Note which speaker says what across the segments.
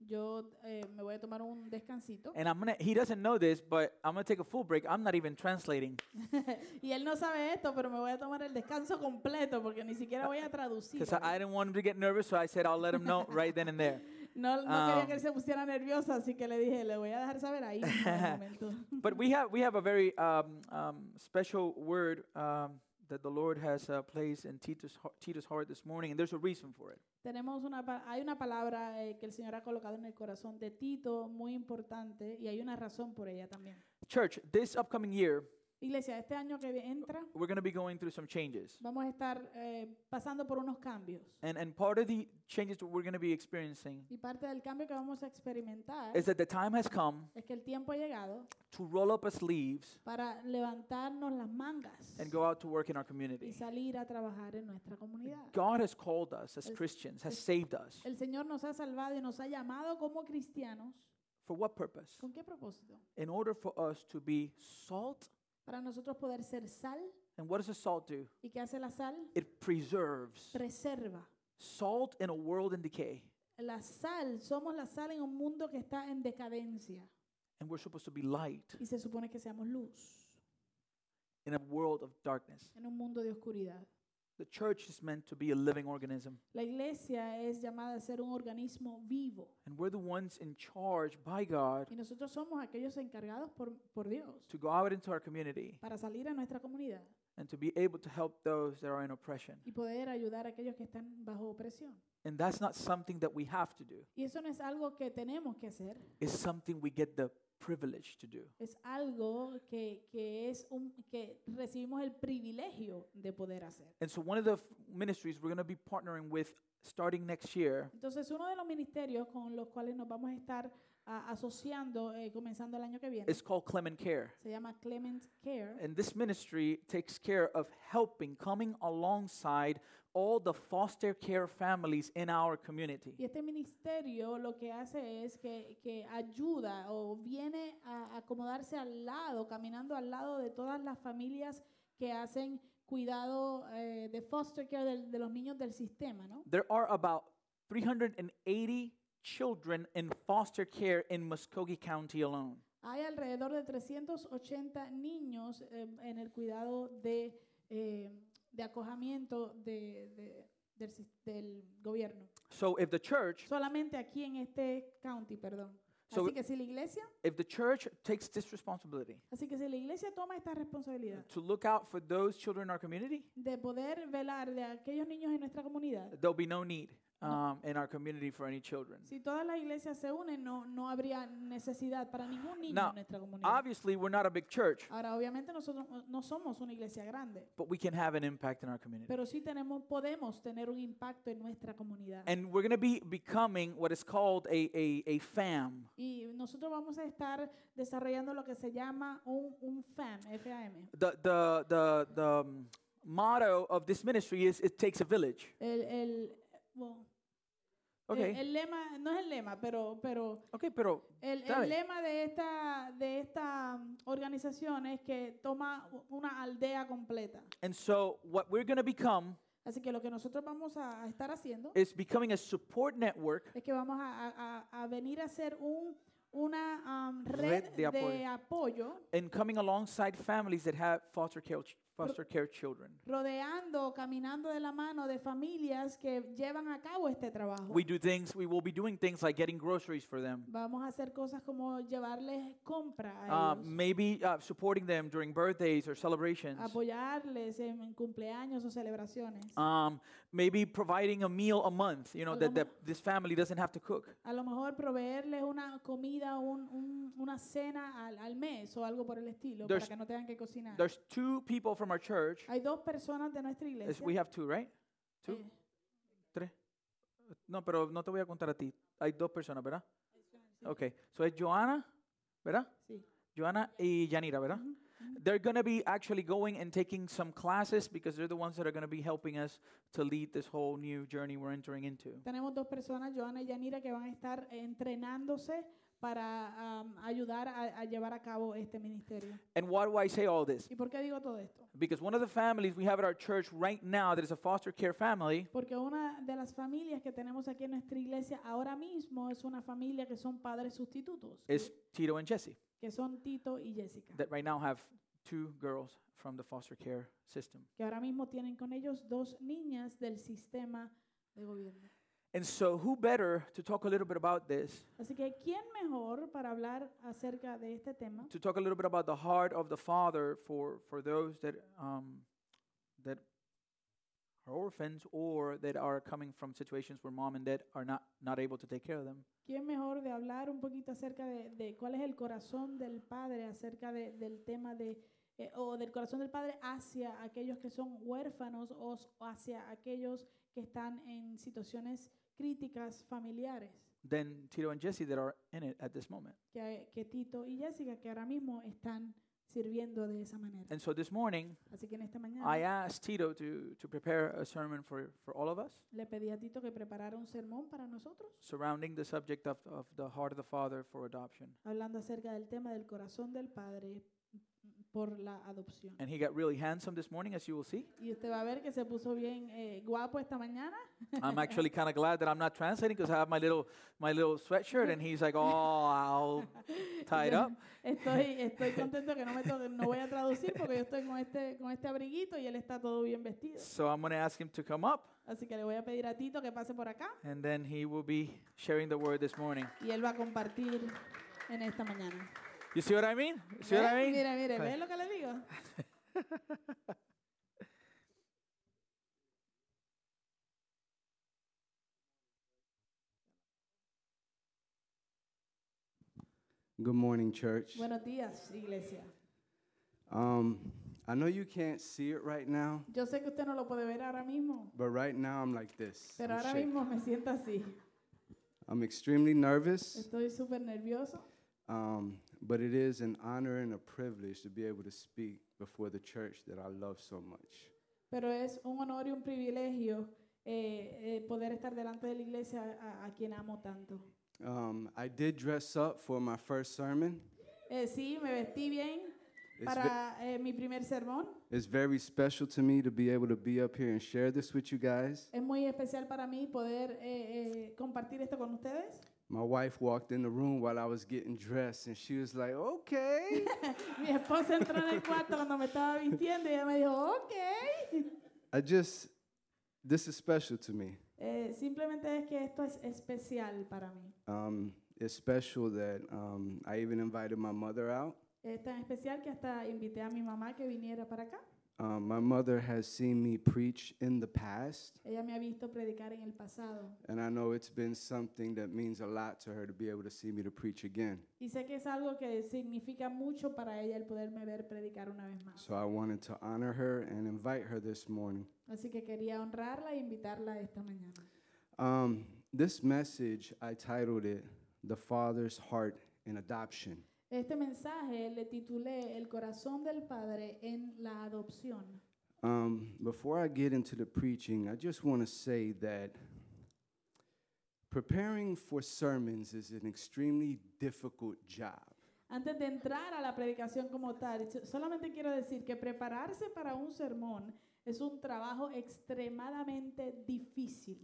Speaker 1: yo eh, me voy a tomar un descansito.
Speaker 2: And I'm gonna, he doesn't know this, but I'm gonna take a full break. I'm not even translating
Speaker 1: Y él no sabe esto, pero me voy a tomar el descanso completo porque ni siquiera voy a traducir.
Speaker 2: because I, I didn't want him to get nervous, so I said I'll let him know right then and there.
Speaker 1: No, no quería que
Speaker 2: Um,
Speaker 1: él se pusiera nerviosa, así que le dije, le voy a dejar saber ahí. mismo en el momento.
Speaker 2: But we have we have a very um, um, special word um, that the Lord has uh, placed in Titus heart- Titus' heart this morning, and there's a reason for it.
Speaker 1: Tenemos una, pa- hay una palabra eh, que el Señor ha colocado en el corazón de Tito, muy importante, y hay una razón por ella también.
Speaker 2: Church, this upcoming year,
Speaker 1: Iglesia, este año que entra
Speaker 2: we're going to be going through some changes,
Speaker 1: vamos a estar eh, pasando por unos cambios.
Speaker 2: and and part of the changes that we're going to be experiencing
Speaker 1: Y parte del cambio que vamos a experimentar
Speaker 2: is that the time has come
Speaker 1: es que el tiempo ha llegado
Speaker 2: to roll up our sleeves
Speaker 1: para levantarnos las mangas
Speaker 2: and go out to work in our
Speaker 1: y
Speaker 2: community.
Speaker 1: salir a trabajar en nuestra comunidad.
Speaker 2: God has called us as
Speaker 1: Es-
Speaker 2: Christians, has
Speaker 1: es-
Speaker 2: saved us.
Speaker 1: El Señor nos ha salvado y nos ha llamado como cristianos.
Speaker 2: For what purpose?
Speaker 1: ¿Con qué propósito?
Speaker 2: In order for us to be salt.
Speaker 1: Para nosotros poder ser sal.
Speaker 2: And what does the salt do?
Speaker 1: ¿Y qué hace la sal?
Speaker 2: It preserves.
Speaker 1: Preserva.
Speaker 2: Salt in a world in decay.
Speaker 1: La sal, somos la sal en un mundo que está en decadencia
Speaker 2: And we're supposed to be light
Speaker 1: y se supone que seamos luz
Speaker 2: in a world of darkness.
Speaker 1: en un mundo de oscuridad.
Speaker 2: The church is meant to be a living organism.
Speaker 1: La iglesia es llamada a ser un organismo vivo
Speaker 2: And we're the ones in charge by God
Speaker 1: y nosotros somos aquellos encargados por, por Dios
Speaker 2: to go out into our community
Speaker 1: para salir a nuestra comunidad
Speaker 2: and to be able to help those that are in oppression.
Speaker 1: y poder ayudar a aquellos que están bajo opresión.
Speaker 2: And that's not something that we have to do,
Speaker 1: Y eso no es algo que tenemos que hacer,
Speaker 2: it's something we get the privilege to do.
Speaker 1: es algo que, que, es un, que recibimos el privilegio de poder hacer.
Speaker 2: And so, one of the f- ministries we're going to be partnering with starting next year
Speaker 1: Entonces, uno de los ministerios con los cuales nos vamos a estar ah, asociando eh, comenzando el año que viene
Speaker 2: is called Clement Care.
Speaker 1: se llama Clement Care.
Speaker 2: And this ministry takes care of helping, coming alongside all the foster care families in our community.
Speaker 1: Y este ministerio lo que hace es que, que ayuda o viene a acomodarse al lado, caminando al lado de todas las familias que hacen cuidado eh, de foster care del- de, los niños del sistema, ¿no?
Speaker 2: There are about 380 children in foster care in Muskogee County alone.
Speaker 1: Hay alrededor de 380 niños eh, en el cuidado de, eh, de acojamiento de- de- del, sis- del gobierno.
Speaker 2: So if the church,
Speaker 1: Solamente aquí en este county, perdón.
Speaker 2: So
Speaker 1: así
Speaker 2: it-
Speaker 1: que si la iglesia,
Speaker 2: if the church takes this responsibility
Speaker 1: así que si la iglesia toma esta responsabilidad
Speaker 2: to look out for those children in our community,
Speaker 1: de poder velar de aquellos niños en nuestra comunidad,
Speaker 2: there'll be no need um, in our community for any children.
Speaker 1: si todas las iglesias se unen, no, no habría necesidad para ningún niño
Speaker 2: Now,
Speaker 1: en nuestra comunidad.
Speaker 2: Obviously, we're not a big church,
Speaker 1: Ahora, obviamente nosotros no- no somos una iglesia grande,
Speaker 2: but we can have an impact in our community.
Speaker 1: pero sí tenemos, podemos tener un impacto en nuestra comunidad.
Speaker 2: And we're going to be becoming what is called a, a, a FAM,
Speaker 1: Y nosotros vamos a estar desarrollando lo que se llama un, un FAM, FAM.
Speaker 2: the the the the um, motto of this ministry is it takes a village.
Speaker 1: El, el, bueno, el-
Speaker 2: Okay.
Speaker 1: el, lema, no es el lema, pero, pero
Speaker 2: okay, pero
Speaker 1: el, el
Speaker 2: Dale.
Speaker 1: lema de esta, de esta mm, organización es que toma u- una aldea completa.
Speaker 2: and so what we're going to become
Speaker 1: Así que lo que nosotros vamos a, a estar haciendo
Speaker 2: is becoming a support network
Speaker 1: es que vamos a, a- a- a venir a hacer un, una am,
Speaker 2: Red
Speaker 1: red,
Speaker 2: de apoyo.
Speaker 1: apoyo
Speaker 2: and coming alongside families that have foster care ch- foster care children.
Speaker 1: rodeando, caminando de la mano de familias que llevan a cabo este trabajo.
Speaker 2: We do things. We will be doing things like getting groceries for them.
Speaker 1: Vamos a hacer cosas como llevarles compra a
Speaker 2: Uh,
Speaker 1: ellos,
Speaker 2: maybe uh, supporting them during birthdays or celebrations.
Speaker 1: apoyarles en, en cumpleaños o celebraciones.
Speaker 2: Um, maybe providing a meal a month. You know that, that this family doesn't have to cook.
Speaker 1: A lo mejor proveerles una comida, un, un- una cena al, al mes o algo por el estilo,
Speaker 2: There's-
Speaker 1: para que no tengan que cocinar.
Speaker 2: There's two people from our church.
Speaker 1: Hay dos personas de nuestra
Speaker 2: Is-
Speaker 1: iglesia.
Speaker 2: we have two, right? Two.
Speaker 1: eh,
Speaker 2: Tres. No, pero no te voy a contar a ti. Hay dos personas, ¿verdad? Ok. So es Joana, ¿verdad?
Speaker 1: Eh, sí.
Speaker 2: Joana y Yanira, ¿verdad?
Speaker 1: Ujú, ujú.
Speaker 2: They're going to be actually going and taking some classes because they're the ones that are going to be helping us to lead this whole new journey we're entering into.
Speaker 1: Tenemos dos personas, Joana y Yanira, que van a estar entrenándose para am, ayudar a, a llevar a cabo este ministerio.
Speaker 2: And why do I say all this?
Speaker 1: ¿Y por qué digo todo esto?
Speaker 2: Because one of the families we have at our church right now that is a foster care family,
Speaker 1: Porque una de las familias que tenemos aquí en nuestra iglesia ahora mismo es una familia que son padres sustitutos,
Speaker 2: is Tito and Jesse,
Speaker 1: que son Tito y Jessica,
Speaker 2: that right now have two girls from the foster care system.
Speaker 1: que ahora mismo tienen con ellos dos niñas del sistema de gobierno.
Speaker 2: And so, who better to talk a little bit about this,
Speaker 1: Así que, ¿quién mejor para hablar acerca de este tema?
Speaker 2: to talk a little bit about the heart of the Father for, for those that, um, that are orphans or that are coming from situations where mom and dad are not, not able to take care of them?
Speaker 1: ¿Quién mejor de hablar un poquito acerca de, de cuál es el corazón del padre acerca de- del tema de eh, o del corazón del padre hacia aquellos que son huérfanos o, s- o hacia aquellos que están en situaciones críticas familiares
Speaker 2: Than Tito and Jesse that are in it at this moment.
Speaker 1: que, que Tito y Jessica que ahora mismo están sirviendo de esa manera.
Speaker 2: And so, this morning,
Speaker 1: Así que en esta
Speaker 2: I
Speaker 1: mañana
Speaker 2: asked Tito to, to prepare a sermon for, for all of us
Speaker 1: le pedí a Tito que preparara un sermón para nosotros
Speaker 2: surrounding the subject of, of the heart of the Father for adoption.
Speaker 1: hablando acerca del tema del corazón del padre por la adopción.
Speaker 2: And he got really handsome this morning, as you will see.
Speaker 1: Y usted va a ver que se puso bien eh, guapo esta mañana.
Speaker 2: I'm actually kind of glad that I'm not translating because I have my little, my little sweatshirt, and he's like, oh, I'll tied
Speaker 1: Yo
Speaker 2: up.
Speaker 1: Estoy, estoy contento que no me toque- no voy a traducir porque yo estoy con este, con este abriguito y él está todo bien vestido.
Speaker 2: So I'm going to ask him to come up,
Speaker 1: Así que le voy a pedir a Tito que pase por acá
Speaker 2: and then he will be sharing the word this morning.
Speaker 1: y él va a compartir en esta mañana.
Speaker 2: You see what I mean? You see what I
Speaker 1: ¿Ves?
Speaker 2: mean?
Speaker 1: Mira, mira,
Speaker 2: Pues-
Speaker 1: ¿ves lo que le digo?
Speaker 3: Good morning, church.
Speaker 1: Buenos días, iglesia.
Speaker 3: Um, I know you can't see it right now,
Speaker 1: Yo sé que usted no lo puede ver ahora mismo,
Speaker 3: but right now I'm like this.
Speaker 1: pero
Speaker 2: Oh,
Speaker 3: I'm,
Speaker 1: ahora
Speaker 3: shaking.
Speaker 1: mismo me siento así.
Speaker 3: I'm extremely nervous,
Speaker 1: Estoy súper nervioso,
Speaker 3: um, but it is an honor and a privilege to be able to speak before the church that I love so much.
Speaker 1: pero es un honor y un privilegio eh, eh, poder estar delante de la iglesia a- a quien amo tanto.
Speaker 3: Um, I did dress up for my first sermon.
Speaker 1: Eh, sí, me vestí bien
Speaker 3: It's, ve-
Speaker 1: para eh, mi primer sermón.
Speaker 3: it's very special to me to be able to be up here and share this with you guys.
Speaker 1: Es muy especial para mí poder eh, eh, compartir esto con ustedes.
Speaker 3: My wife walked in the room while I was getting dressed, and she was like, okay.
Speaker 1: Mi esposa entró en el cuarto cuando me estaba vistiendo y ella me dijo, ok.
Speaker 3: I just, this is special to me.
Speaker 1: Eh, simplemente es que esto es especial para mí.
Speaker 3: Um, it's special that um, I even invited my mother out.
Speaker 1: Es tan especial que hasta invité a mi mamá que viniera para acá.
Speaker 3: Um, my mother has seen me preach in the past,
Speaker 1: Ella me ha visto predicar en el pasado.
Speaker 3: and I know it's been something that means a lot to her to be able to see me to preach again.
Speaker 1: Y sé que es algo que significa mucho para ella el poderme ver predicar una vez más.
Speaker 3: So I wanted to honor her and invite her this morning.
Speaker 1: Así que quería honrarla e invitarla esta mañana.
Speaker 3: Um, this message, I titled it The Father's Heart in Adoption.
Speaker 1: Este mensaje le titulé El corazón del Padre en la adopción.
Speaker 3: Um, before I get into the preaching, I just want to say that preparing for sermons is an extremely difficult job.
Speaker 1: Antes de entrar a la predicación como tal, so- solamente quiero decir que prepararse para un sermón es un trabajo extremadamente difícil.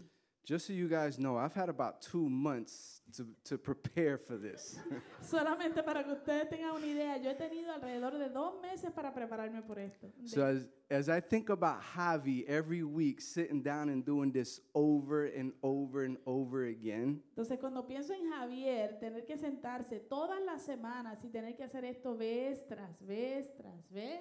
Speaker 3: Just so you guys know, I've had about two months to, to prepare for this.
Speaker 1: Solamente para que ustedes tengan una idea, yo he tenido alrededor de dos meses para prepararme por esto. De-
Speaker 3: so as, as I think about Javi every week sitting down and doing this over and over and over again,
Speaker 1: Entonces, cuando pienso en Javier, tener que sentarse todas las semanas y tener que hacer esto vez tras vez tras vez,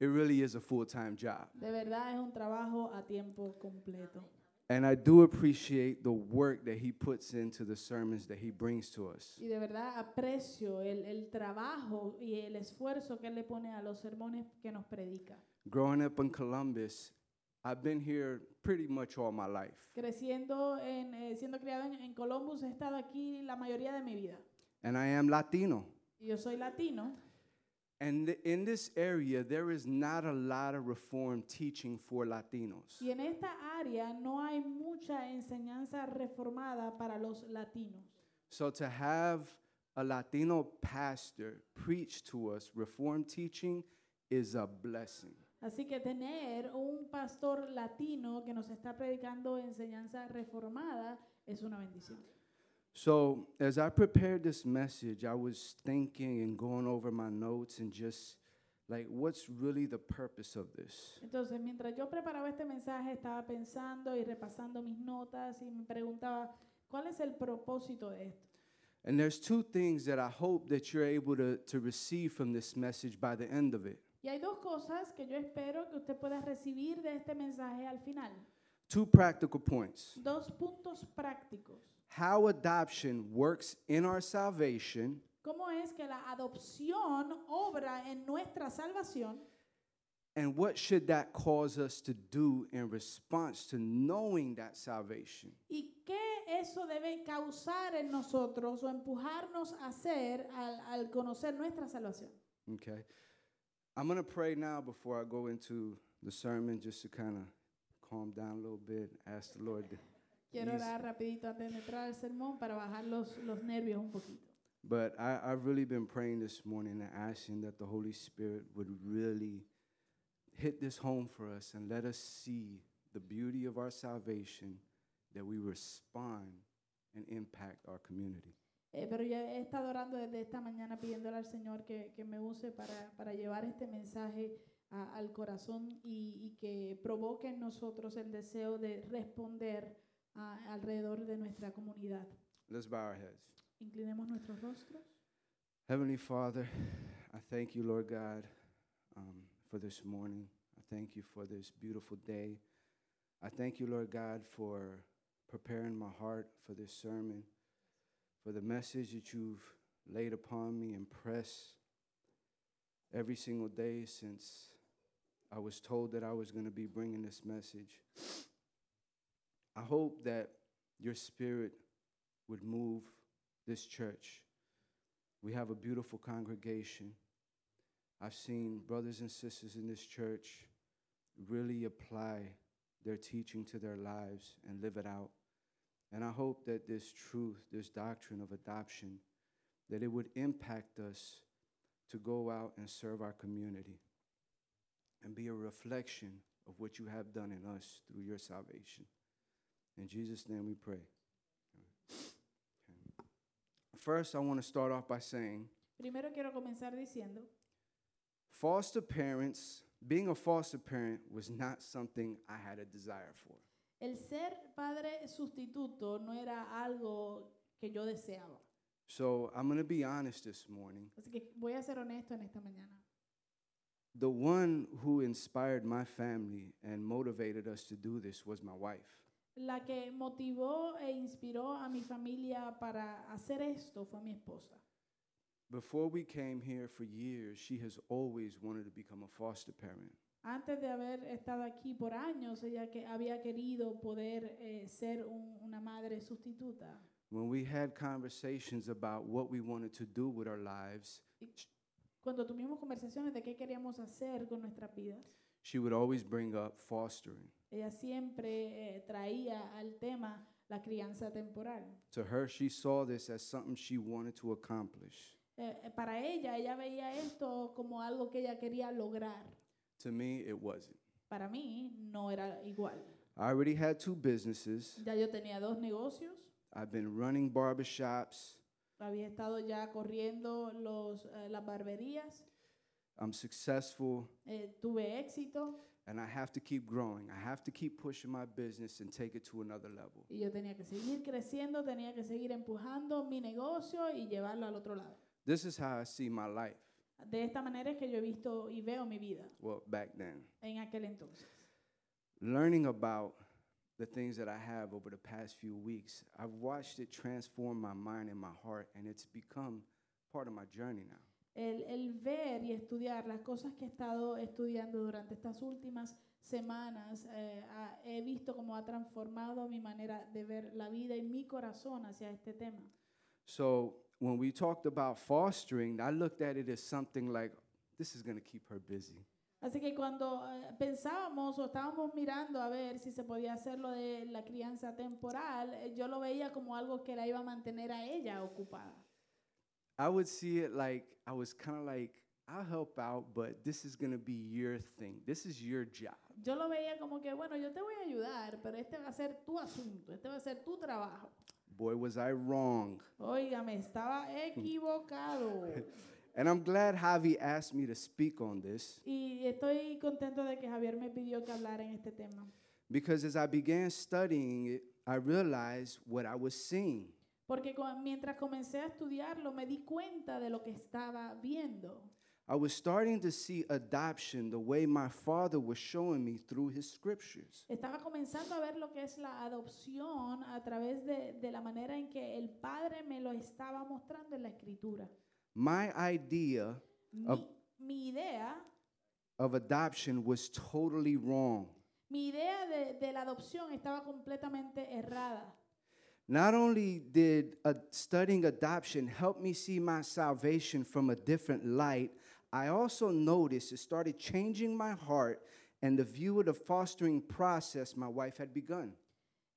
Speaker 3: it really is a full-time job.
Speaker 1: De verdad es un trabajo a tiempo completo.
Speaker 3: And I do appreciate the work that he puts into the sermons that he brings to us.
Speaker 1: Y de verdad aprecio el, el trabajo y el esfuerzo que él le pone a los sermones que nos predica.
Speaker 3: Growing up in Columbus, I've been here pretty much all my life.
Speaker 1: Creciendo, en, eh, siendo criado en, en Columbus, he estado aquí la mayoría de mi vida.
Speaker 3: And I am Latino.
Speaker 1: Y yo soy latino.
Speaker 3: And th- in this area, there is not a lot of reform teaching for Latinos.
Speaker 1: Y en esta área no hay mucha enseñanza reformada para los latinos.
Speaker 3: So to have a Latino pastor preach to us reform teaching is a blessing.
Speaker 1: Así que tener un pastor latino que nos está predicando enseñanza reformada es una bendición.
Speaker 3: So, as I prepared this message, I was thinking and going over my notes and just like, what's really the purpose of this?
Speaker 1: Entonces, mientras yo preparaba este mensaje, estaba pensando y repasando mis notas y me preguntaba, ¿cuál es el propósito de esto?
Speaker 3: And there's two things that I hope that you're able to, to receive from this message by the end of it.
Speaker 1: Y hay dos cosas que yo espero que usted pueda recibir de este mensaje al final.
Speaker 3: Two practical points
Speaker 1: Dos puntos prácticos.
Speaker 3: how adoption works in our salvation,
Speaker 1: ¿Cómo es que la adopción obra en nuestra salvación?
Speaker 3: and what should that cause us to do in response to knowing that salvation?
Speaker 1: ¿Y qué eso debe causar en nosotros o empujarnos a hacer al, al conocer nuestra salvación?
Speaker 3: Okay. I'm going to pray now before I go into the sermon just to kind of calm down a little bit, ask the Lord. to-
Speaker 1: Quiero
Speaker 3: Yes.
Speaker 1: orar rapidito antes de entrar al sermón para bajar los, los nervios un poquito.
Speaker 3: But I, I've really been praying this morning and asking that the Holy Spirit would really hit this home for us and let us see the beauty of our salvation, that we respond and impact our community.
Speaker 1: Eh, pero yo he estado orando desde esta mañana pidiéndole al Señor que, que me use para, para llevar este mensaje a- al corazón y, y que provoque en nosotros el deseo de responder ah, alrededor de nuestra comunidad.
Speaker 3: Let's bow our heads.
Speaker 1: Inclinemos nuestros rostros.
Speaker 3: Heavenly Father, I thank you, Lord God, um, for this morning. I thank you for this beautiful day. I thank you, Lord God, for preparing my heart for this sermon, for the message that you've laid upon me and pressed every single day since I was told that I was going to be bringing this message. I hope that your spirit would move this church. We have a beautiful congregation. I've seen brothers and sisters in this church really apply their teaching to their lives and live it out. And I hope that this truth, this doctrine of adoption, that it would impact us to go out and serve our community and be a reflection of what you have done in us through your salvation. In Jesus' name we pray. First, I want to start off by saying
Speaker 1: Primero quiero comenzar diciendo
Speaker 3: foster parents, being a foster parent was not something I had a desire for.
Speaker 1: El ser padre sustituto no era algo que yo deseaba.
Speaker 3: So I'm going to be honest this morning.
Speaker 1: Así que voy a ser honesto en esta mañana.
Speaker 3: The one who inspired my family and motivated us to do this was my wife.
Speaker 1: La que motivó e inspiró a mi familia para hacer esto fue mi esposa.
Speaker 3: Before we came here for years, she has always wanted to become a foster parent.
Speaker 1: Antes de haber estado aquí por años, ella que había querido poder eh, ser un- una madre sustituta.
Speaker 3: When we had conversations about what we wanted to do with our lives,
Speaker 1: Cuando tuvimos conversaciones de qué queríamos hacer con nuestras vidas,
Speaker 3: she would always bring up fostering.
Speaker 1: ella siempre eh, traía al tema la crianza temporal.
Speaker 3: To her, she saw this as something she wanted to accomplish.
Speaker 1: Eh, eh, para ella, ella veía esto como algo que ella quería lograr.
Speaker 3: To me, it wasn't.
Speaker 1: Para mí no era igual.
Speaker 3: I already had two businesses.
Speaker 1: Ya yo tenía dos negocios,
Speaker 3: I've been running barbershops.
Speaker 1: había estado ya corriendo los, eh, las barberías,
Speaker 3: I'm successful,
Speaker 1: eh, tuve éxito
Speaker 3: and I have to keep growing. I have to keep pushing my business and take it to another level.
Speaker 1: y yo tenía que seguir creciendo, tenía que seguir empujando mi negocio y llevarlo al otro lado.
Speaker 3: This is how I see my life.
Speaker 1: De esta manera es que yo he visto y veo mi vida
Speaker 3: Well, back then,
Speaker 1: en aquel entonces.
Speaker 3: learning about the things that I have over the past few weeks, I've watched it transform my mind and my heart, and it's become part of my journey now.
Speaker 1: El, el ver y estudiar las cosas que he estado estudiando durante estas últimas semanas, eh, ha- he visto cómo ha transformado mi manera de ver la vida y mi corazón hacia este tema.
Speaker 3: So when we talked about fostering, I looked at it as something like, this is going to keep her busy.
Speaker 1: Así que cuando eh, pensábamos o estábamos mirando a ver si se podía hacer lo de la crianza temporal, eh, yo lo veía como algo que la iba a mantener a ella ocupada.
Speaker 3: I would see it like I was kind of like, I'll help out, but this is going to be your thing. This is your job.
Speaker 1: Yo lo veía como que, bueno, yo te voy a ayudar, pero este va a ser tu asunto, este va a ser tu trabajo.
Speaker 3: Boy, was I wrong.
Speaker 1: Óigame, estaba equivocado.
Speaker 3: And I'm glad Javi asked me to speak on this
Speaker 1: Y estoy contento de que Javier me pidió que hablara en este tema.
Speaker 3: because as I began studying it, I realized what I was seeing.
Speaker 1: Porque cua- mientras comencé a estudiarlo, me di cuenta de lo que estaba viendo.
Speaker 3: I was starting to see adoption the way my father was showing me through his scriptures.
Speaker 1: Estaba comenzando a ver lo que es la adopción a través de, de la manera en que el Padre me lo estaba mostrando en la Escritura.
Speaker 3: My idea
Speaker 1: Mi,
Speaker 3: Ab-
Speaker 1: mi idea,
Speaker 3: of adoption was totally wrong.
Speaker 1: mi idea de, de la adopción estaba completamente errada.
Speaker 3: Not only did uh, studying adoption help me see my salvation from a different light, I also noticed it started changing my heart and the view of the fostering process my wife had begun.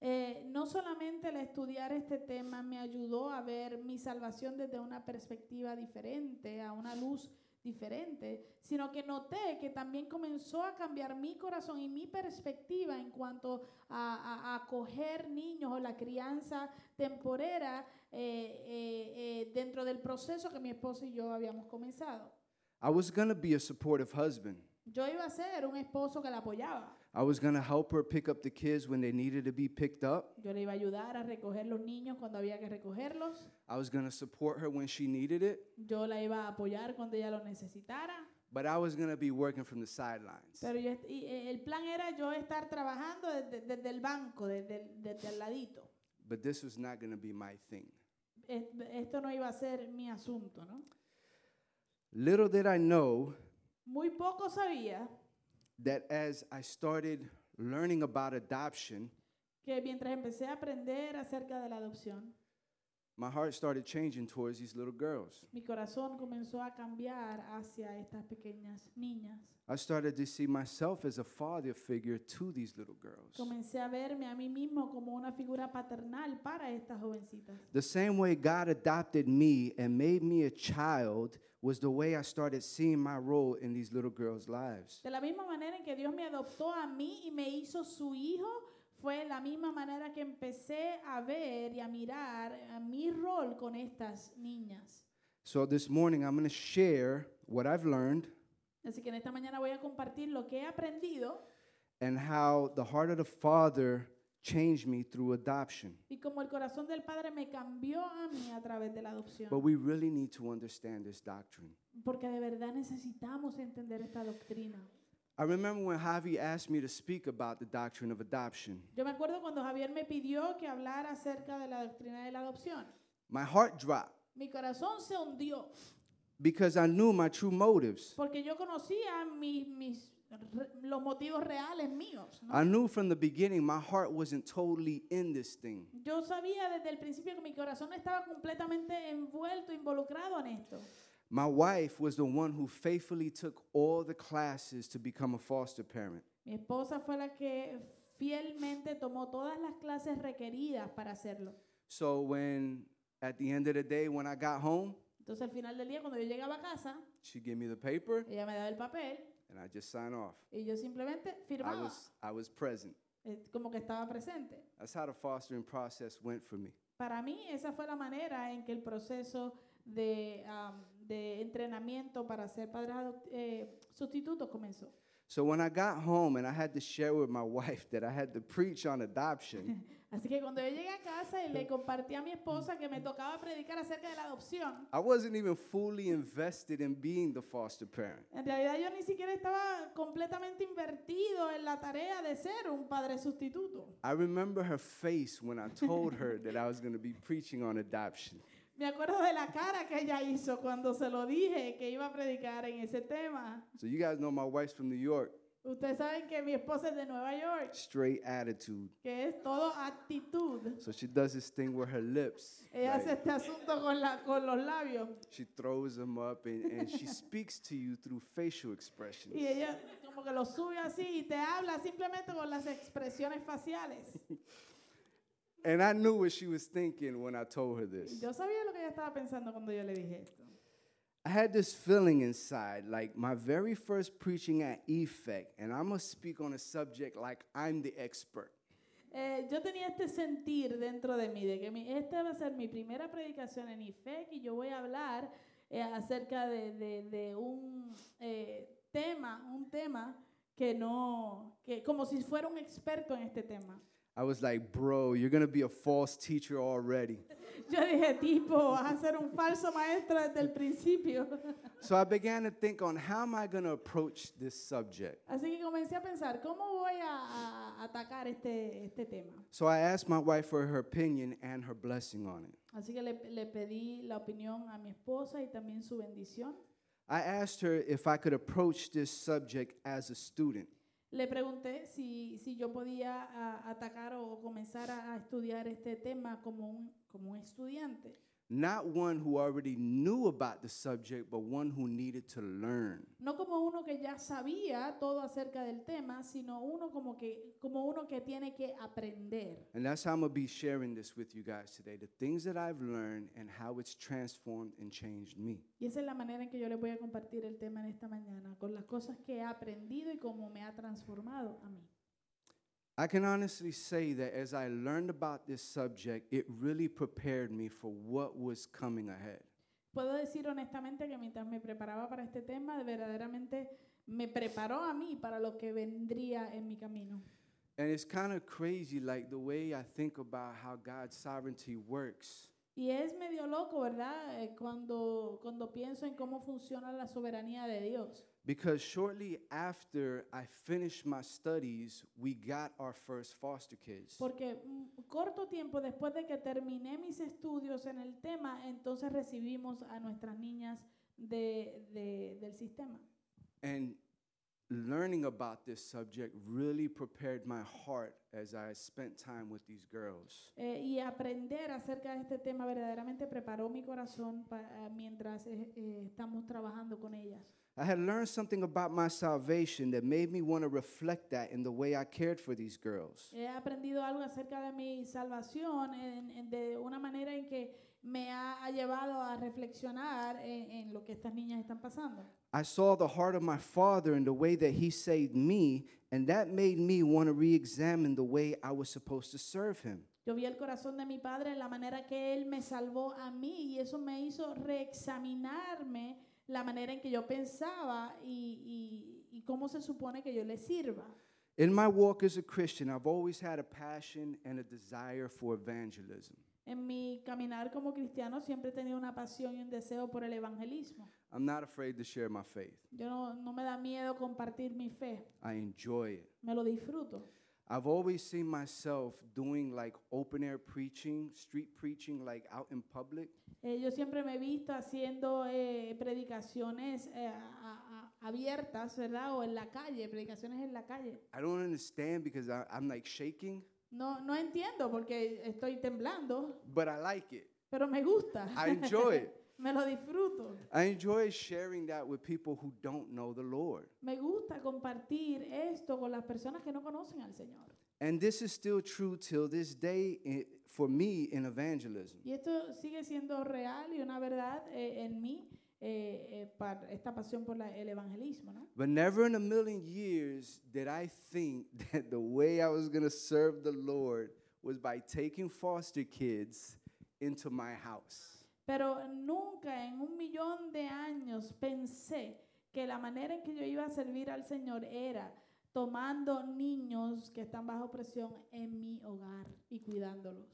Speaker 1: Eh, no solamente el estudiar este tema me ayudó a ver mi salvación desde una perspectiva diferente, a una luz diferente, sino que noté que también comenzó a cambiar mi corazón y mi perspectiva en cuanto a, a- a acoger niños o la crianza temporera eh, eh, eh, dentro del proceso que mi esposo y yo habíamos comenzado.
Speaker 3: I was gonna be a supportive husband.
Speaker 1: Yo iba a ser un esposo que la apoyaba.
Speaker 3: I was gonna help her pick up the kids when they needed to be picked up.
Speaker 1: Yo le iba a ayudar a recoger los niños cuando había que recogerlos.
Speaker 3: I was gonna support her when she needed it,
Speaker 1: Yo la iba a apoyar cuando ella lo necesitara,
Speaker 3: but I was gonna be working from the sidelines.
Speaker 1: pero yo est- y, eh, el plan era yo estar trabajando desde, desde el banco, desde, el- desde el ladito.
Speaker 3: But this was not gonna be my thing.
Speaker 1: Es- Esto no iba a ser mi asunto, ¿no?
Speaker 3: Little did I know
Speaker 1: Muy poco sabía
Speaker 3: that as I started learning about adoption,
Speaker 1: que mientras empecé a aprender acerca de la adopción,
Speaker 3: my heart started changing towards these little girls.
Speaker 1: mi corazón comenzó a cambiar hacia estas pequeñas niñas.
Speaker 3: I started to see myself as a father figure to these little girls.
Speaker 1: Comencé a verme a mí mismo como una figura paternal para estas jovencitas.
Speaker 3: The same way God adopted me and made me a child was the way I started seeing my role in these little girls' lives.
Speaker 1: De la misma manera en que Dios me adoptó a mí y me hizo su hijo, fue la misma manera que empecé a ver y a mirar eh, mi rol con estas niñas.
Speaker 3: So this morning, I'm going to share what I've learned
Speaker 1: Así que en esta mañana voy a compartir lo que he aprendido
Speaker 3: and how the heart of the Father changed me through adoption.
Speaker 1: y cómo el corazón del Padre me cambió a mí a través de la adopción.
Speaker 3: But we really need to understand this doctrine.
Speaker 1: Porque de verdad necesitamos entender esta doctrina.
Speaker 3: I remember when Javi asked me to speak about the doctrine of adoption.
Speaker 1: Yo me acuerdo cuando Javier me pidió que hablara acerca de la doctrina de la adopción.
Speaker 3: My heart dropped
Speaker 1: Mi corazón se hundió
Speaker 3: because I knew my true motives.
Speaker 1: Porque yo conocía mis, mis re- los motivos reales míos. ¿no?
Speaker 3: I knew from the beginning my heart wasn't totally in this thing.
Speaker 1: Yo sabía desde el principio que mi corazón estaba completamente envuelto, involucrado en esto.
Speaker 3: My wife was the one who faithfully took all the classes to become a foster parent.
Speaker 1: Mi esposa fue la que fielmente tomó todas las clases requeridas para hacerlo.
Speaker 3: So when at the end of the day when I got home,
Speaker 1: Entonces al final del día, cuando yo llegaba a casa,
Speaker 3: she gave me the paper
Speaker 1: ella me daba el papel
Speaker 3: and I just signed off.
Speaker 1: y yo simplemente
Speaker 3: I
Speaker 1: firmaba,
Speaker 3: was I was present.
Speaker 1: eh, como que estaba presente.
Speaker 3: That's how the fostering process went for me.
Speaker 1: Para mí esa fue la manera en que el proceso de, am, de entrenamiento para ser padres adopt- eh, sustitutos comenzó.
Speaker 3: So when I got home and I had to share with my wife that I had to preach on adoption,
Speaker 1: Así que cuando yo llegué a casa y le compartí a mi esposa que me tocaba predicar acerca de la adopción,
Speaker 3: I wasn't even fully invested in being the foster parent.
Speaker 1: en realidad yo ni siquiera estaba completamente invertido en la tarea de ser un padre sustituto.
Speaker 3: I remember her face when I told her that I was going to be preaching on adoption.
Speaker 1: Me acuerdo de la cara que ella hizo cuando se lo dije que iba a predicar en ese tema.
Speaker 3: So you guys know my wife's from New York,
Speaker 1: Ustedes saben que mi esposa es de Nueva York,
Speaker 3: straight attitude.
Speaker 1: que es todo actitud.
Speaker 3: So she does this thing with her lips.
Speaker 1: Ella hace
Speaker 3: like,
Speaker 1: este asunto con, la, con los labios
Speaker 3: she throws them up and, and she speaks to you through facial expressions.
Speaker 1: y ella como que lo sube así y te habla simplemente con las expresiones faciales.
Speaker 3: And I knew what she was thinking when I told her this.
Speaker 1: Yo sabía lo que ella estaba pensando cuando yo le dije esto.
Speaker 3: I had this feeling inside, like my very first preaching at E Effect, and I must speak on a subject like I'm the expert.
Speaker 1: Eh, yo tenía este sentir dentro de mí de que mi- esta va a ser mi primera predicación en IFEC y yo voy a hablar eh, acerca de, de- de un eh, tema, un tema que no, que como si fuera un experto en este tema.
Speaker 3: I was like, bro, you're gonna be a false teacher already.
Speaker 1: Yo dije, tipo, vas a ser un falso maestro desde el principio.
Speaker 3: so I began to think on how am I gonna approach this subject.
Speaker 1: Así que comencé a pensar, ¿cómo voy a, a atacar este, este tema?
Speaker 3: So I asked my wife for her opinion and her blessing on it.
Speaker 1: Así que le, le pedí la opinión a mi esposa y también su bendición.
Speaker 3: I asked her if I could approach this subject as a student.
Speaker 1: Le pregunté si, si yo podía a, atacar o comenzar a, a estudiar este tema como un, como un estudiante.
Speaker 3: Not one who already knew about the subject, but one who needed to learn.
Speaker 1: No como uno que ya sabía todo acerca del tema, sino uno como, que, como uno que tiene que aprender.
Speaker 3: And that's how I'm gonna be sharing this with you guys today the things that I've learned and how it's transformed and changed me.
Speaker 1: Y esa es la manera en que yo les voy a compartir el tema en esta mañana, con las cosas que he aprendido y cómo me ha transformado a mí.
Speaker 3: I can honestly say that as I learned about this subject, it really prepared me for what was coming ahead.
Speaker 1: Puedo decir honestamente que mientras me preparaba para este tema, verdaderamente me preparó a mí para lo que vendría en mi camino.
Speaker 3: And it's kind of crazy, like the way I think about how God's sovereignty works.
Speaker 1: Y es medio loco, ¿verdad? Eh, cuando, cuando pienso en cómo funciona la soberanía de Dios.
Speaker 3: Because shortly after I finished my studies, we got our first foster kids.
Speaker 1: Porque mm, corto tiempo después de que terminé mis estudios en el tema, entonces recibimos a nuestras niñas de, de- del sistema.
Speaker 3: And learning about this subject really prepared my heart as I spent time with these girls.
Speaker 1: Eh, y aprender acerca de este tema verdaderamente preparó mi corazón pa- mientras eh, eh, estamos trabajando con ellas.
Speaker 3: I had learned something about my salvation that made me want to reflect that in the way I cared for these girls.
Speaker 1: He aprendido algo acerca de mi salvación en- en- de una manera en que me ha, ha llevado a reflexionar en, en lo que estas niñas están pasando.
Speaker 3: I saw the heart of my father in the way that he saved me, and that made me want to re examine the way I was supposed to serve him.
Speaker 1: Yo vi el corazón de mi padre en la manera que él me salvó a mí y eso me hizo reexaminarme la manera en que yo pensaba y, y- y cómo se supone que yo le sirva.
Speaker 3: In my walk as a Christian, I've always had a passion and a desire for evangelism.
Speaker 1: En mi caminar como cristiano siempre he tenido una pasión y un deseo por el evangelismo.
Speaker 3: I'm not afraid to share my faith,
Speaker 1: Yo no, no me da miedo compartir mi fe,
Speaker 3: I enjoy it.
Speaker 1: me lo disfruto.
Speaker 3: I've always seen myself doing like open air preaching, street preaching, like out in public.
Speaker 1: Eh, yo siempre me he visto haciendo eh, predicaciones eh, a- a- a- abiertas, ¿verdad? O en la calle, predicaciones en la calle.
Speaker 3: I don't understand because I, I'm like shaking,
Speaker 1: No, no entiendo porque estoy temblando,
Speaker 3: but I like it.
Speaker 1: pero me gusta.
Speaker 3: I enjoy it.
Speaker 1: me lo disfruto.
Speaker 3: I enjoy sharing that with people who don't know the Lord.
Speaker 1: Me gusta compartir esto con las personas que no conocen al Señor.
Speaker 3: And this is still true till this day i- for me in evangelism.
Speaker 1: Y esto sigue siendo real y una verdad eh, en mí, eh, eh, para esta pasión por la- el evangelismo, ¿no?
Speaker 3: But never in a million years did I think that the way I was going to serve the Lord was by taking foster kids into my house.
Speaker 1: Pero nunca en un millón de años pensé que la manera en que yo iba a servir al Señor era tomando niños que están bajo presión en mi hogar y cuidándolos.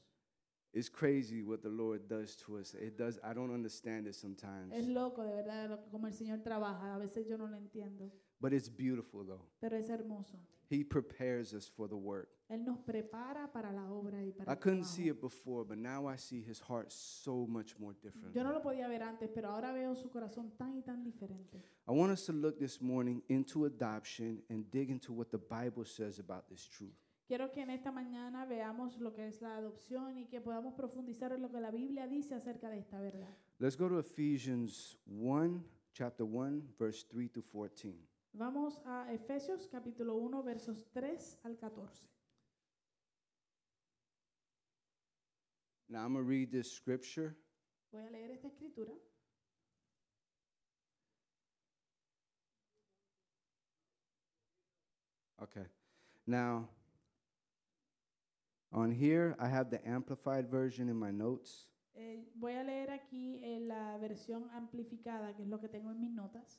Speaker 3: It's crazy what the Lord does to us. It does I don't understand it sometimes.
Speaker 1: Es loco, de verdad, lo- como el Señor trabaja. A veces yo no lo entiendo,
Speaker 3: But it's beautiful though.
Speaker 1: pero es hermoso.
Speaker 3: He prepares us for the work.
Speaker 1: Él nos prepara para la obra y para
Speaker 3: I
Speaker 1: el
Speaker 3: couldn't see
Speaker 1: trabajo.
Speaker 3: it before, but now I see his heart so much more different.
Speaker 1: Yo no lo podía ver antes, pero ahora veo su corazón tan y tan diferente.
Speaker 3: I want us to look this morning into adoption and dig into what the Bible says about this truth.
Speaker 1: Quiero que en esta mañana veamos lo que es la adopción y que podamos profundizar en lo que la Biblia dice acerca de esta verdad.
Speaker 3: Let's go to Ephesians 1, chapter 1, verse 3 to 14.
Speaker 1: Vamos a Efesios capítulo 1 versos 3 al 14.
Speaker 3: Now I'm going to read this scripture.
Speaker 1: Voy a leer esta escritura.
Speaker 3: Okay. Now, on here, I have the amplified version in my notes.
Speaker 1: Eh, voy a leer aquí eh, la versión amplificada, que es lo que tengo en mis notas.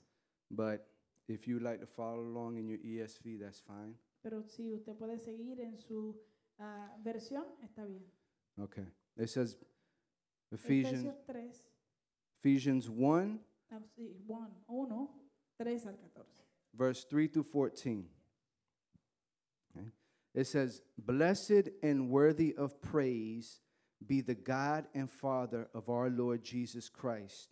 Speaker 3: But if you'd like to follow along in your ESV, that's fine.
Speaker 1: Pero si usted puede seguir en su ah, versión, está bien.
Speaker 3: Okay. It says Ephesians
Speaker 1: Efesios 3,
Speaker 3: Ephesians 1
Speaker 1: ah, sí, 1, 1, 3 al 14.
Speaker 3: verse 3 through 14. Okay. It says, "Blessed and worthy of praise be the God and Father of our Lord Jesus Christ,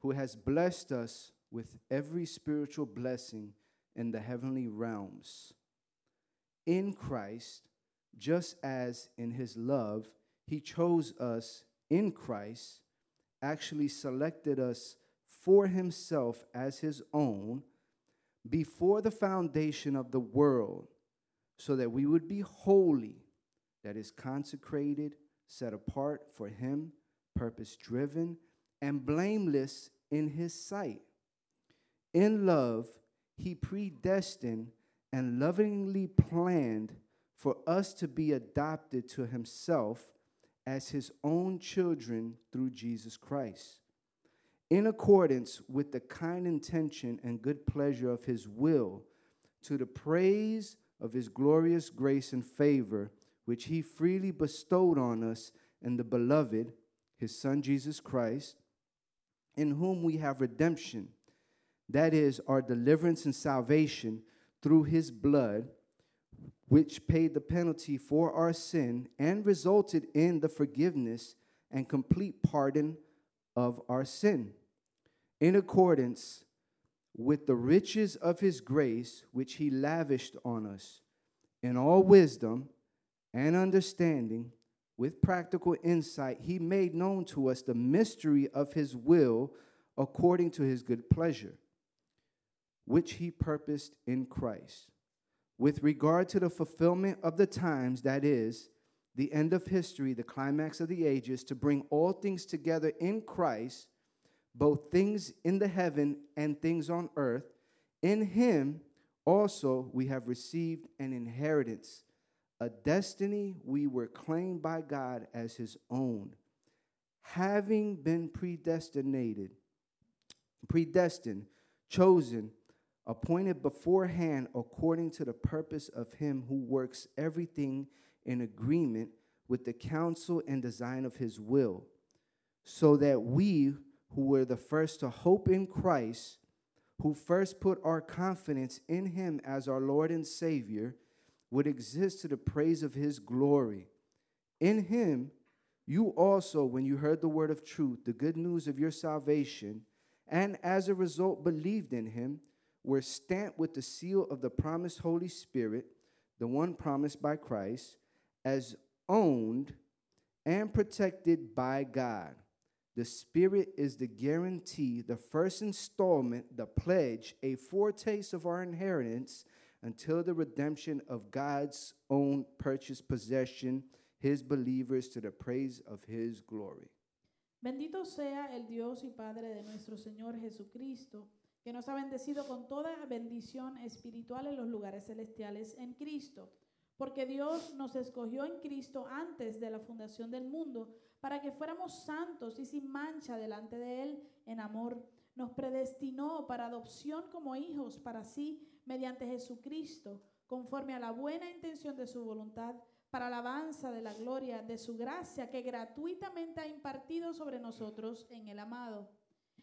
Speaker 3: who has blessed us with every spiritual blessing in the heavenly realms." in Christ, just as in his love, he chose us in Christ, actually selected us for himself as his own before the foundation of the world, so that we would be holy, that is, consecrated, set apart for him, purpose driven, and blameless in his sight. In love, he predestined and lovingly planned for us to be adopted to himself as his own children through Jesus Christ. In accordance with the kind intention and good pleasure of his will, to the praise of his glorious grace and favor, which he freely bestowed on us in the beloved, his son Jesus Christ, in whom we have redemption that is, our deliverance and salvation through his blood, which paid the penalty for our sin and resulted in the forgiveness and complete pardon of our sin, in accordance with the riches of his grace, which he lavished on us in all wisdom and understanding, with practical insight, he made known to us the mystery of his will according to his good pleasure which he purposed in Christ. With regard to the fulfillment of the times, that is, the end of history, the climax of the ages, to bring all things together in Christ, both things in the heaven and things on earth, in him also we have received an inheritance, a destiny we were claimed by God as his own, having been predestinated predestined, chosen, appointed beforehand according to the purpose of Him who works everything in agreement with the counsel and design of His will, so that we who were the first to hope in Christ, who first put our confidence in Him as our Lord and Savior, would exist to the praise of His glory. In him, you also, when you heard the word of truth, the good news of your salvation, and as a result believed in him, were stamped with the seal of the promised Holy Spirit, the one promised by Christ, as owned and protected by God. The Spirit is the guarantee, the first installment, the pledge, a foretaste of our inheritance until the redemption of God's own purchased possession, his believers to the praise of his glory.
Speaker 1: Bendito sea el Dios y Padre de nuestro Señor Jesucristo, que nos ha bendecido con toda bendición espiritual en los lugares celestiales en Cristo, porque Dios nos escogió en Cristo antes de la fundación del mundo, para que fuéramos santos y sin mancha delante de Él en amor. Nos predestinó para adopción como hijos para sí mediante Jesucristo, conforme a la buena intención de su voluntad para alabanza de la gloria de su gracia que gratuitamente ha impartido sobre nosotros en el amado.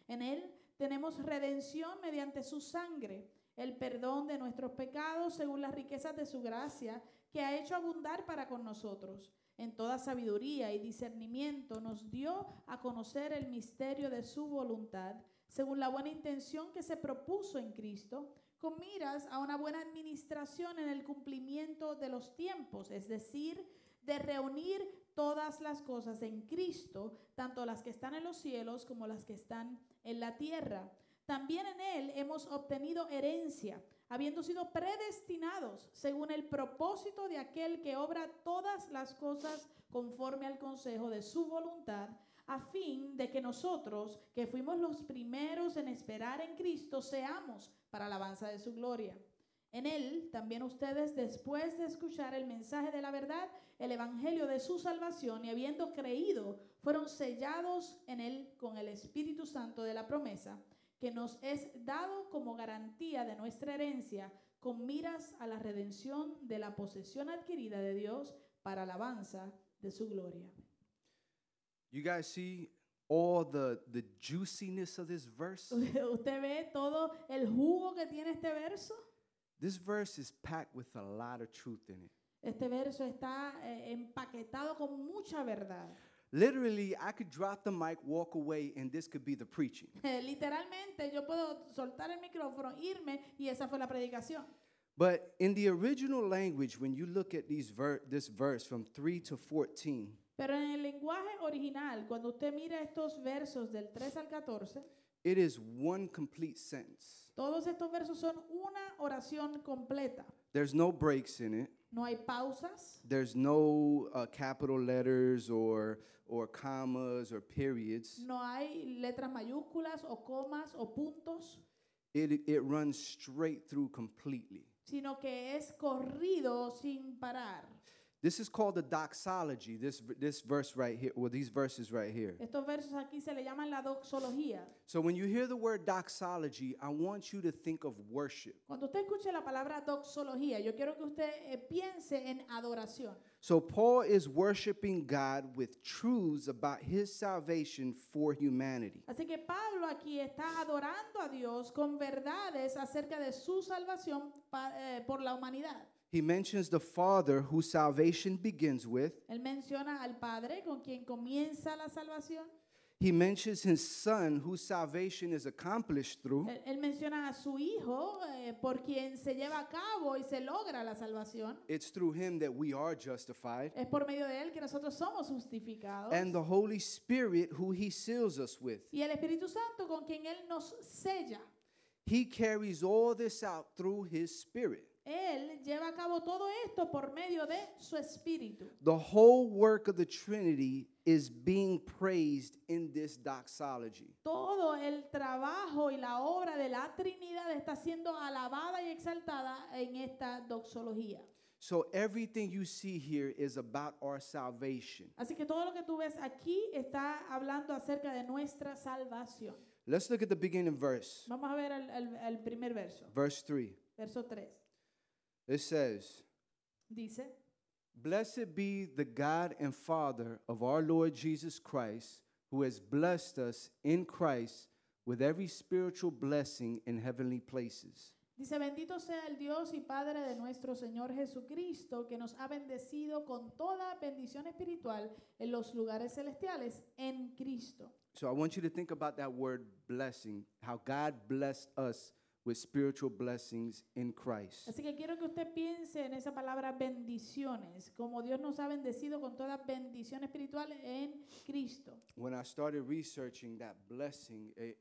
Speaker 1: En él tenemos redención mediante su sangre, el perdón de nuestros pecados según las riquezas de su gracia que ha hecho abundar para con nosotros. En toda sabiduría y discernimiento nos dio a conocer el misterio de su voluntad, según la buena intención que se propuso en Cristo con miras a una buena administración en el cumplimiento de los tiempos, es decir, de reunir todas las cosas en Cristo, tanto las que están en los cielos como las que están en la tierra. También en Él hemos obtenido herencia, habiendo sido predestinados según el propósito de aquel que obra todas las cosas conforme al consejo de su voluntad, a fin de que nosotros, que fuimos los primeros en esperar en Cristo, seamos para alabanza de su gloria. En él también ustedes, después de escuchar el mensaje de la verdad, el evangelio de su salvación, y habiendo creído, fueron sellados en él con el Espíritu Santo de la promesa, que nos es dado como garantía de nuestra herencia, con miras a la redención de la posesión adquirida de Dios para alabanza de su gloria.
Speaker 3: You guys see all the, the juiciness of this verse?
Speaker 1: ¿Usted ve todo el jugo que tiene este verso?
Speaker 3: This verse is packed with a lot of truth in it.
Speaker 1: Este verso está eh, empaquetado con mucha verdad.
Speaker 3: Literally, I could drop the mic, walk away, and this could be the preaching.
Speaker 1: Eh, literalmente yo puedo soltar el micrófono, irme y esa fue la predicación.
Speaker 3: But in the original language, when you look at these ver- this verse from 3 to 14,
Speaker 1: Pero en el lenguaje original, cuando usted mira estos versos del 3 al 14,
Speaker 3: it is one complete sentence.
Speaker 1: todos estos versos son una oración completa.
Speaker 3: There's no breaks in it.
Speaker 1: No hay pausas,
Speaker 3: There's no uh, capital letters or, or commas or periods.
Speaker 1: no hay letras mayúsculas o comas o puntos,
Speaker 3: It, it runs straight through completely.
Speaker 1: sino que es corrido sin parar.
Speaker 3: This is called the doxology, this, v- this verse right here, well, these verses right here.
Speaker 1: Estos versos aquí se le llaman la doxología.
Speaker 3: So when you hear the word doxology, I want you to think of worship.
Speaker 1: Cuando usted escuche la palabra doxología, yo quiero que usted eh, piense en adoración.
Speaker 3: So Paul is worshiping God with truths about his salvation for humanity.
Speaker 1: Así que Pablo aquí está adorando a Dios con verdades acerca de su salvación pa- eh, por la humanidad.
Speaker 3: He mentions the Father whose salvation begins with.
Speaker 1: Él menciona al Padre con quien comienza la salvación.
Speaker 3: He mentions his Son whose salvation is accomplished through.
Speaker 1: Él, él menciona a su Hijo eh, por quien se lleva a cabo y se logra la salvación.
Speaker 3: It's through him that we are justified.
Speaker 1: Es por medio de Él que nosotros somos justificados.
Speaker 3: And the Holy Spirit who he seals us with.
Speaker 1: y el Espíritu Santo con quien Él nos sella.
Speaker 3: He carries all this out through his Spirit.
Speaker 1: Él lleva a cabo todo esto por medio de su Espíritu.
Speaker 3: The whole work of the Trinity is being praised in this doxology.
Speaker 1: Todo el trabajo y la obra de la Trinidad está siendo alabada y exaltada en esta doxología.
Speaker 3: So everything you see here is about our salvation.
Speaker 1: Así que todo lo que tú ves aquí está hablando acerca de nuestra salvación.
Speaker 3: Let's look at the beginning verse,
Speaker 1: Vamos a ver el, el- el primer verso,
Speaker 3: verse 3.
Speaker 1: verso 3.
Speaker 3: It says,
Speaker 1: Dice,
Speaker 3: Blessed be the God and Father of our Lord Jesus Christ, who has blessed us in Christ with every spiritual blessing in heavenly places.
Speaker 1: dice, bendito sea el Dios y Padre de nuestro Señor Jesucristo, que nos ha bendecido con toda bendición espiritual en los lugares celestiales en Cristo.
Speaker 3: So I want you to think about that word blessing, how God blessed us with spiritual blessings in Christ.
Speaker 1: Así que quiero que usted piense en esa palabra bendiciones, como Dios nos ha bendecido con toda bendición espiritual en Cristo.
Speaker 3: When I started researching that blessing, eh,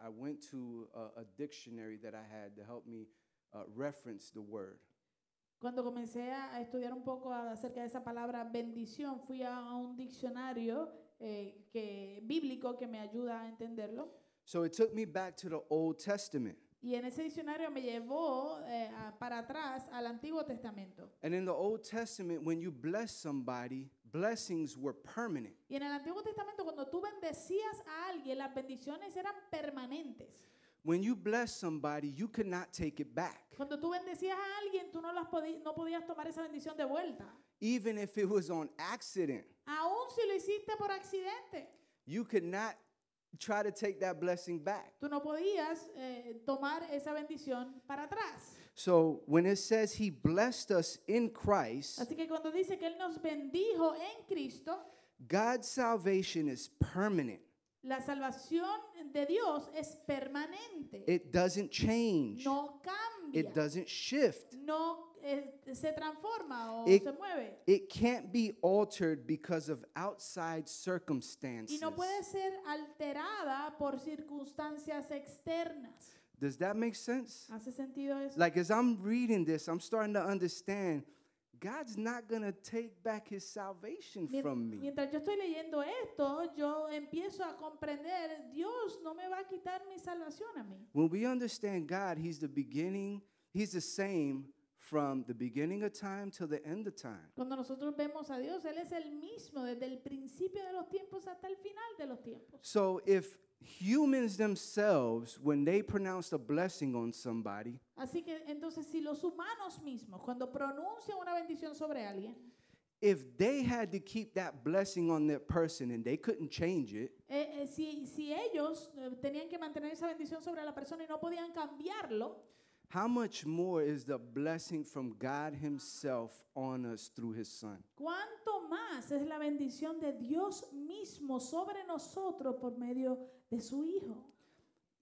Speaker 3: I, I went to a, a dictionary that I had to help me uh, reference the word.
Speaker 1: Cuando comencé a a estudiar un poco a- acerca de esa palabra bendición, fui a a un diccionario eh, que, bíblico que me ayuda a entenderlo.
Speaker 3: So it took me back to the Old Testament.
Speaker 1: Y en ese diccionario me llevó eh, a- para atrás al Antiguo Testamento.
Speaker 3: And in the Old Testament, when you bless somebody, blessings were permanent.
Speaker 1: Y en el Antiguo Testamento, cuando tú bendecías a alguien, las bendiciones eran permanentes.
Speaker 3: When you bless somebody, you could not take it back,
Speaker 1: Cuando tú bendecías a alguien, tú no, las podi- no podías tomar esa bendición de vuelta.
Speaker 3: even if it was on accident.
Speaker 1: Aún si lo hiciste por accidente,
Speaker 3: You could not try to take that blessing back.
Speaker 1: tú no podías eh, tomar esa bendición para atrás.
Speaker 3: So when it says he blessed us in Christ,
Speaker 1: Así que cuando dice que Él nos bendijo en Cristo,
Speaker 3: God's salvation is permanent.
Speaker 1: la salvación de Dios es permanente.
Speaker 3: It doesn't change.
Speaker 1: No
Speaker 3: It
Speaker 1: cambia.
Speaker 3: doesn't shift.
Speaker 1: No eh, se transforma o
Speaker 3: It-
Speaker 1: se mueve.
Speaker 3: It can't be altered because of outside circumstances.
Speaker 1: Y no puede ser alterada por circunstancias externas.
Speaker 3: Does that make sense?
Speaker 1: ¿Hace sentido eso?
Speaker 3: Like, as I'm reading this, I'm starting to understand God's not going to take back his salvation
Speaker 1: Mien-
Speaker 3: from me.
Speaker 1: Mientras yo estoy leyendo esto, yo empiezo a comprender, Dios no me va a quitar mi salvación a mí.
Speaker 3: When we understand God, he's the beginning, he's the same from the beginning of time till the end of time.
Speaker 1: Cuando nosotros vemos a Dios, Él es el mismo desde el principio de los tiempos hasta el final de los tiempos.
Speaker 3: So if humans themselves, when they pronounce a blessing on somebody,
Speaker 1: Así que entonces si los humanos mismos, cuando pronuncian una bendición sobre alguien,
Speaker 3: if they had to keep that blessing on that person and they couldn't change it,
Speaker 1: eh, eh, si, si ellos eh, tenían que mantener esa bendición sobre la persona y no podían cambiarlo,
Speaker 3: how much more is the blessing from God himself on us through his son?
Speaker 1: ¿cuánto más es la bendición de Dios mismo sobre nosotros por medio de su Hijo?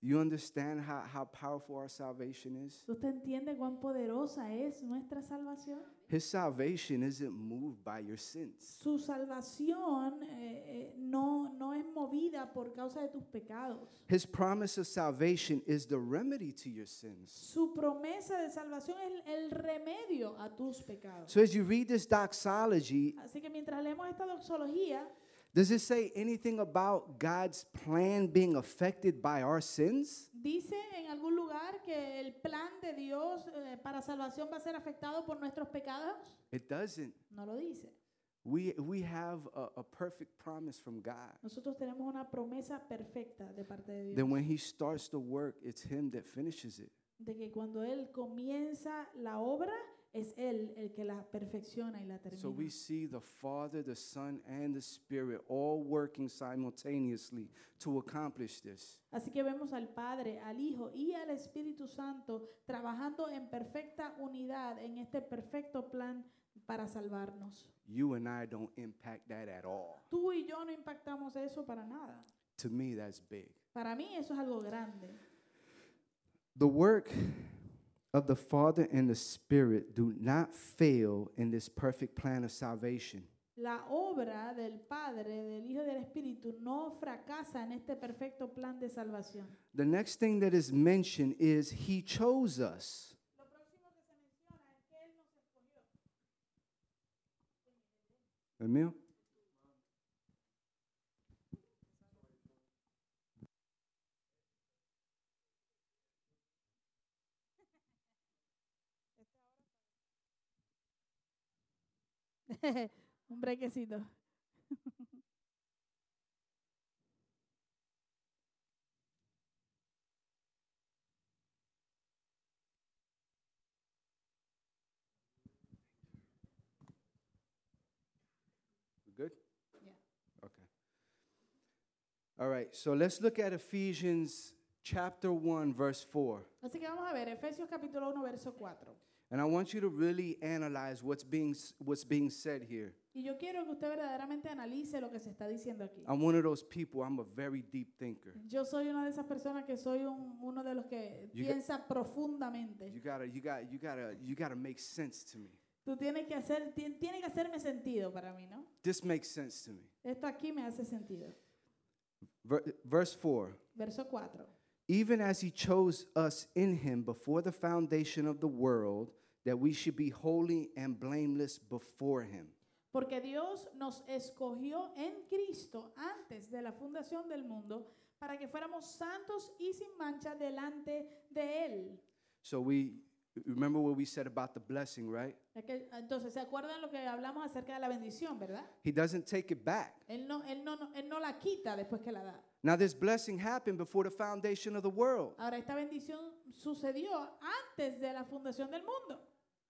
Speaker 3: You understand how, how powerful our salvation is?
Speaker 1: ¿Usted entiende cuán poderosa es nuestra salvación?
Speaker 3: His salvation isn't moved by your sins.
Speaker 1: Su salvación eh, eh, no, no es movida por causa de tus pecados.
Speaker 3: His promise of salvation is the remedy to your sins.
Speaker 1: Su promesa de salvación es el- el remedio a tus pecados.
Speaker 3: So as you read this doxology,
Speaker 1: Así que mientras leemos esta doxología,
Speaker 3: does it say anything about God's plan being affected by our sins?
Speaker 1: dice en algún lugar que el plan de Dios eh, para salvación va a ser afectado por nuestros pecados.
Speaker 3: It doesn't.
Speaker 1: No lo dice.
Speaker 3: We, we have a, a perfect promise from God.
Speaker 1: Nosotros tenemos una promesa perfecta de parte de
Speaker 3: Then
Speaker 1: Dios.
Speaker 3: when he starts the work, it's him that finishes it.
Speaker 1: De que cuando Él comienza la obra, es Él el que la perfecciona y la termina.
Speaker 3: So we see the Father, the Son, and the Spirit all working simultaneously to accomplish this.
Speaker 1: Así que vemos al Padre, al Hijo y al Espíritu Santo trabajando en perfecta unidad en este perfecto plan para salvarnos.
Speaker 3: You and I don't impact that at all.
Speaker 1: Tú y yo no impactamos eso para nada.
Speaker 3: To me, that's big.
Speaker 1: Para mí eso es algo grande.
Speaker 3: The work of the Father and the Spirit do not fail in this perfect plan of salvation.
Speaker 1: La obra del Padre, del Hijo y del Espíritu no fracasa en este perfecto plan de salvación.
Speaker 3: The next thing that is mentioned is He chose us. Emil?
Speaker 1: Un brequecito.
Speaker 3: We good?
Speaker 1: Yeah.
Speaker 3: Okay. All right, so let's look at Ephesians chapter 1, verse 4.
Speaker 1: Así que vamos a ver Efesios capítulo 1 verso 4.
Speaker 3: And I want you to really analyze what's being, s- what's being said here.
Speaker 1: Y yo quiero que usted verdaderamente analice lo que se está diciendo aquí.
Speaker 3: I'm one of those people, I'm a very deep thinker.
Speaker 1: Yo soy una de esas personas que soy un- uno de los que
Speaker 3: You got-
Speaker 1: piensa profundamente.
Speaker 3: You gotta, you gotta, you gotta, you gotta make sense to me.
Speaker 1: Tú tienes que hacer ti- tiene que hacerme sentido para mí, ¿no?
Speaker 3: This makes sense to me.
Speaker 1: Esto aquí me hace sentido.
Speaker 3: Ver- verse 4
Speaker 1: Verso 4.
Speaker 3: Even as he chose us in him before the foundation of the world, that we should be holy and blameless before him.
Speaker 1: Porque Dios nos escogió en Cristo antes de la fundación del mundo para que fuéramos santos y sin mancha delante de Él.
Speaker 3: So we remember what we said about the blessing, right?
Speaker 1: Es que, Entonces, ¿se acuerdan lo que hablamos acerca de la bendición, verdad?
Speaker 3: He doesn't take it back.
Speaker 1: Él no, él no, no- él no la quita después que la da.
Speaker 3: Now, this blessing happened before the foundation of the world.
Speaker 1: Ahora, esta bendición sucedió antes de la fundación del mundo.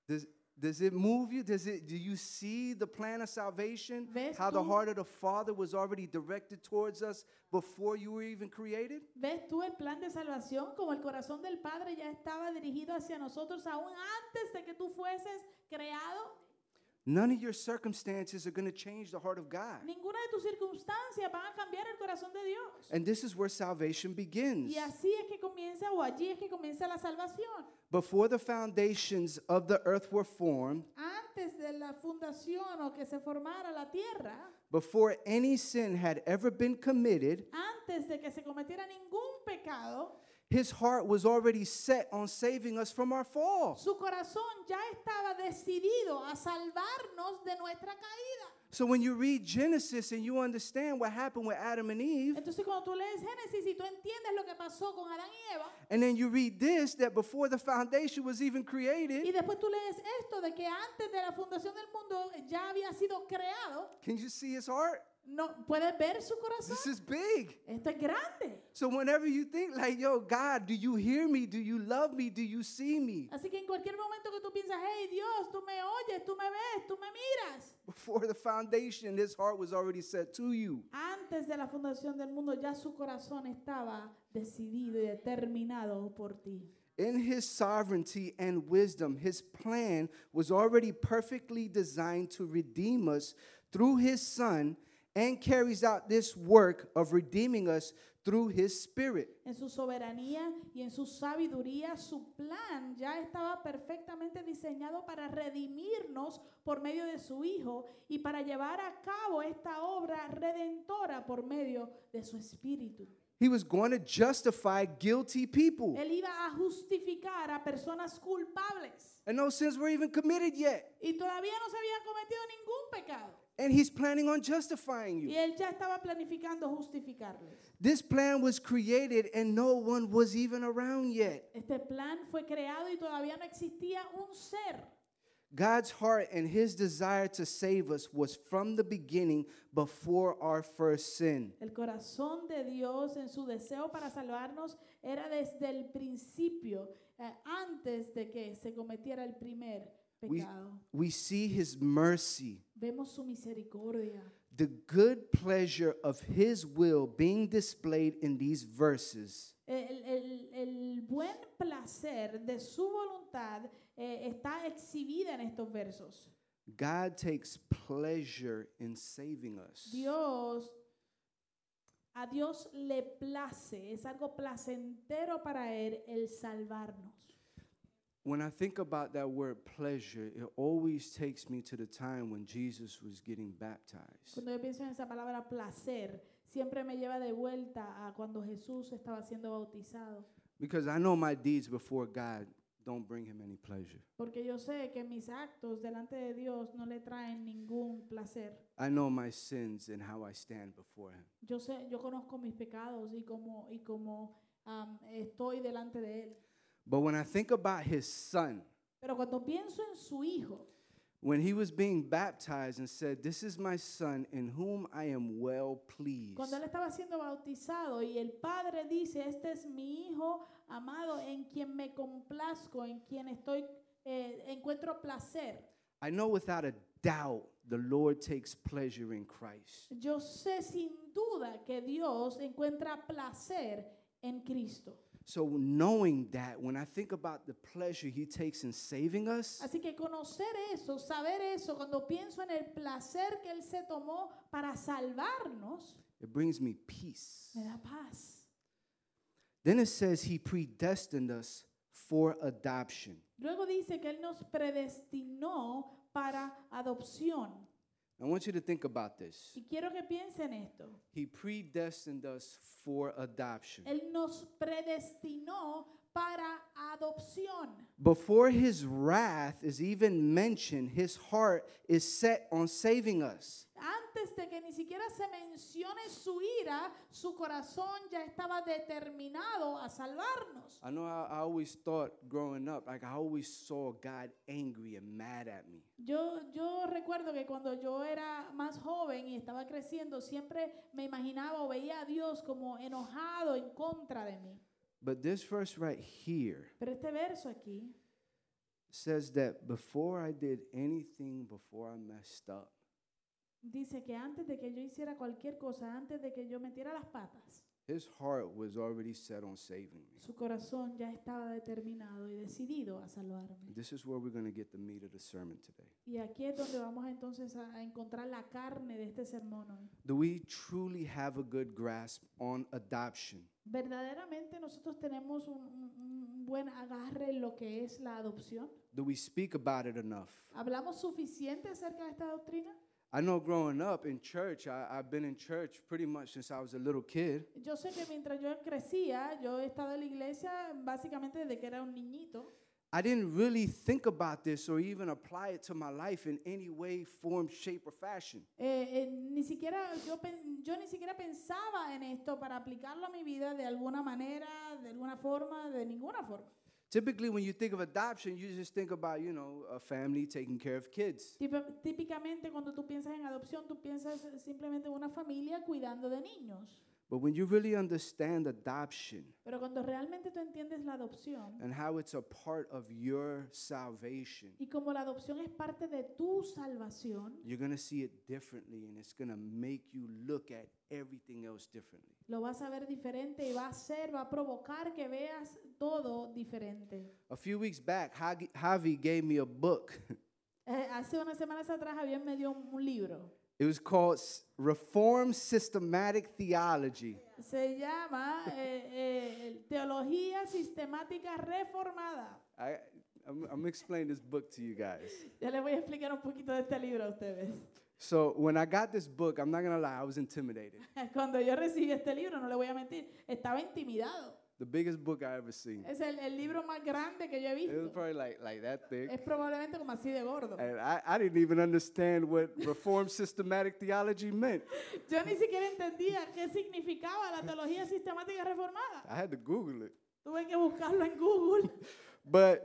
Speaker 3: Does, does it move you? Does it, do you see the plan of salvation?
Speaker 1: ¿Ves
Speaker 3: How the
Speaker 1: tú?
Speaker 3: heart of the Father was already directed towards us before you were even created?
Speaker 1: ¿Ves tú el plan de salvación como el corazón del Padre ya estaba dirigido hacia nosotros aún antes de que tú fueses creado?
Speaker 3: None of your circumstances are going to change the heart of God.
Speaker 1: Ninguna de tus circunstancias van a cambiar el corazón de Dios.
Speaker 3: And this is where salvation begins.
Speaker 1: Y así es que comienza o allí es que comienza la salvación.
Speaker 3: Before the foundations of the earth were formed,
Speaker 1: Antes de la fundación o que se formara la tierra,
Speaker 3: before any sin had ever been committed,
Speaker 1: antes de que se cometiera ningún pecado,
Speaker 3: his heart was already set on saving us from our fall.
Speaker 1: Su corazón ya estaba decidido a salvarnos de nuestra caída.
Speaker 3: So when you read Genesis and you understand what happened with Adam and Eve,
Speaker 1: Entonces cuando tú lees Génesis y tú entiendes lo que pasó con Adán y Eva,
Speaker 3: and then you read this that before the foundation was even
Speaker 1: y
Speaker 3: created,
Speaker 1: después tú lees esto de que antes de la fundación del mundo ya había sido creado,
Speaker 3: can you see his heart?
Speaker 1: no puedes ver su corazón.
Speaker 3: This is big.
Speaker 1: Esto es grande.
Speaker 3: So whenever you think like, yo, God, do you hear me? Do you love me? Do you see me?
Speaker 1: Así que en cualquier momento que tú piensas, hey Dios, tú me oyes, tú me ves, tú me miras.
Speaker 3: Before the foundation, his heart was already set to you.
Speaker 1: Antes de la fundación del mundo ya su corazón estaba decidido y determinado por ti.
Speaker 3: In his sovereignty and wisdom, his plan was already perfectly designed to redeem us through his son and carries out this work of redeeming us through his spirit.
Speaker 1: En su soberanía y en su sabiduría, su plan ya estaba perfectamente diseñado para redimirnos por medio de su Hijo y para llevar a cabo esta obra redentora por medio de su Espíritu.
Speaker 3: He was going to justify guilty people.
Speaker 1: Él iba a justificar a personas culpables
Speaker 3: And no sins were even committed yet.
Speaker 1: y todavía no se había cometido ningún pecado.
Speaker 3: And he's planning on justifying
Speaker 1: Y
Speaker 3: you.
Speaker 1: él ya estaba planificando justificarles.
Speaker 3: This plan was created and no one was even around yet.
Speaker 1: Este plan fue creado y todavía no existía un ser.
Speaker 3: God's heart and his desire to save us was from the beginning before our first sin.
Speaker 1: El corazón de Dios en su deseo para salvarnos era desde el principio, eh, antes de que se cometiera el primer
Speaker 3: We-
Speaker 1: pecado.
Speaker 3: We see his mercy,
Speaker 1: Vemos su misericordia,
Speaker 3: the good pleasure of his will being displayed in these verses.
Speaker 1: el, el- el buen placer de su voluntad eh, está exhibida en estos versos.
Speaker 3: God takes pleasure in saving us.
Speaker 1: Dios, a Dios le place, es algo placentero para Él el salvarnos.
Speaker 3: When I think about that word pleasure, it always takes me to the time when Jesus was getting baptized.
Speaker 1: Cuando yo pienso en esa palabra placer, siempre me lleva de vuelta a cuando Jesús estaba siendo bautizado.
Speaker 3: Because I know my deeds before God don't bring him any pleasure.
Speaker 1: Porque yo sé que mis actos delante de Dios no le traen ningún placer.
Speaker 3: I know my sins and how I stand before him.
Speaker 1: Yo sé, yo conozco mis pecados y cómo y cómo am, estoy delante de él.
Speaker 3: But when I think about his son,
Speaker 1: Pero cuando pienso en su hijo,
Speaker 3: when he was being baptized and said, This is my son in whom I am well pleased.
Speaker 1: cuando él estaba siendo bautizado y el padre dice, "Este es mi hijo amado en quien me complazco, en quien estoy eh, encuentro placer."
Speaker 3: I know without a doubt the Lord takes pleasure in Christ.
Speaker 1: Yo sé sin duda que Dios encuentra placer en Cristo.
Speaker 3: So, knowing that, when I think about the pleasure he takes in saving us,
Speaker 1: Así que conocer eso, saber eso, cuando pienso en el placer que Él se tomó para salvarnos,
Speaker 3: it brings me peace.
Speaker 1: me da paz.
Speaker 3: Then it says he predestined us for adoption.
Speaker 1: Luego dice que Él nos predestinó para adopción.
Speaker 3: I want you to think about this.
Speaker 1: Y quiero que piensen esto.
Speaker 3: He predestined us for adoption.
Speaker 1: Él nos predestinó para adopción.
Speaker 3: Before his wrath is even mentioned, his heart is set on saving us.
Speaker 1: Antes de que ni siquiera se mencione su ira, su corazón ya estaba determinado a salvarnos.
Speaker 3: I know I, I always thought growing up, like I always saw God angry and mad at me.
Speaker 1: Yo, yo recuerdo que cuando yo era más joven y estaba creciendo, siempre me imaginaba o veía a Dios como enojado en contra de mí.
Speaker 3: But this verse right here
Speaker 1: Pero este verso aquí
Speaker 3: says that before I did anything, before I messed up,
Speaker 1: dice que antes de que yo hiciera cualquier cosa, antes de que yo metiera las patas,
Speaker 3: his heart was already set on saving me.
Speaker 1: su corazón ya estaba determinado y decidido a salvarme.
Speaker 3: This is where we're going to get the meat of the sermon today.
Speaker 1: Y aquí es donde vamos entonces a a encontrar la carne de este sermón hoy.
Speaker 3: Do we truly have a good grasp on adoption?
Speaker 1: verdaderamente nosotros tenemos un, un- un buen agarre en lo que es la adopción?
Speaker 3: Do we speak about it enough?
Speaker 1: ¿Hablamos suficiente acerca de esta doctrina?
Speaker 3: I know growing up in church, I, I've been in church pretty much since I was a little kid.
Speaker 1: Yo sé que mientras yo crecía, yo he estado en la iglesia básicamente desde que era un niñito.
Speaker 3: I didn't really think about this or even apply it to my life in any way, form, shape, or fashion.
Speaker 1: Eh, eh, ni siquiera yo, pen- yo ni siquiera pensaba en esto para aplicarlo a mi vida de alguna manera, de alguna forma, de ninguna forma.
Speaker 3: Typically, when you think of adoption, you just think about, you know, a family taking care of kids.
Speaker 1: Típ- Típicamente cuando tú piensas en adopción, tú piensas simplemente en una familia cuidando de niños.
Speaker 3: But when you really understand adoption
Speaker 1: Pero cuando realmente tú entiendes la adopción
Speaker 3: and how it's a part of your salvation,
Speaker 1: y como la adopción es parte de tu salvación,
Speaker 3: you're going to see it differently and it's going to make you look at everything else differently.
Speaker 1: lo vas a ver diferente y va a ser, va a provocar que veas todo diferente.
Speaker 3: A few weeks back, Hagi- Javi gave me a book.
Speaker 1: Eh, hace unas semanas atrás Javier me dio un, un libro.
Speaker 3: It was called S- Reform Systematic Theology.
Speaker 1: Se llama eh, eh, Teología Sistemática Reformada.
Speaker 3: I, I'm, I'm gonna explain this book to you guys.
Speaker 1: Ya les voy a explicar un poquito de este libro a ustedes.
Speaker 3: So when I got this book, I'm not gonna lie, I was intimidated.
Speaker 1: Cuando yo recibí este libro, no le voy a mentir, estaba intimidado.
Speaker 3: The biggest book I ever seen.
Speaker 1: Es el, el libro más grande que yo he
Speaker 3: It was
Speaker 1: visto.
Speaker 3: probably like like that thick.
Speaker 1: Es probablemente como así de gordo.
Speaker 3: And I, I didn't even understand what Reform Systematic Theology meant.
Speaker 1: Yo ni siquiera entendía qué significaba la teología sistemática reformada.
Speaker 3: I had to Google it.
Speaker 1: Tuve que buscarlo en Google.
Speaker 3: But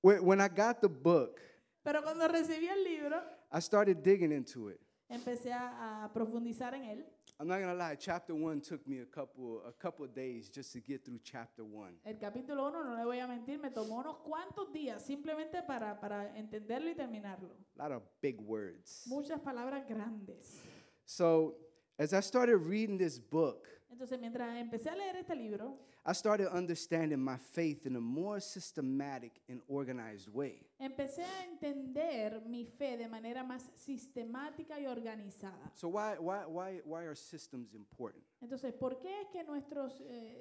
Speaker 3: when, when I got the book,
Speaker 1: Pero cuando recibí el libro,
Speaker 3: I started digging into it.
Speaker 1: empecé a, a profundizar en él.
Speaker 3: I'm not gonna lie, chapter one took me a couple a couple of days just to get through chapter one.
Speaker 1: El capítulo 1, no le voy a mentir, me tomó unos cuantos días simplemente para, para entenderlo y terminarlo.
Speaker 3: A lot of big words.
Speaker 1: Muchas palabras grandes.
Speaker 3: So as I started reading this book,
Speaker 1: Entonces, mientras empecé a leer este libro,
Speaker 3: I started understanding my faith in a more systematic and organized way.
Speaker 1: empecé a entender mi fe de manera más sistemática y organizada.
Speaker 3: So why why why why are systems important?
Speaker 1: Entonces, ¿por qué es que nuestro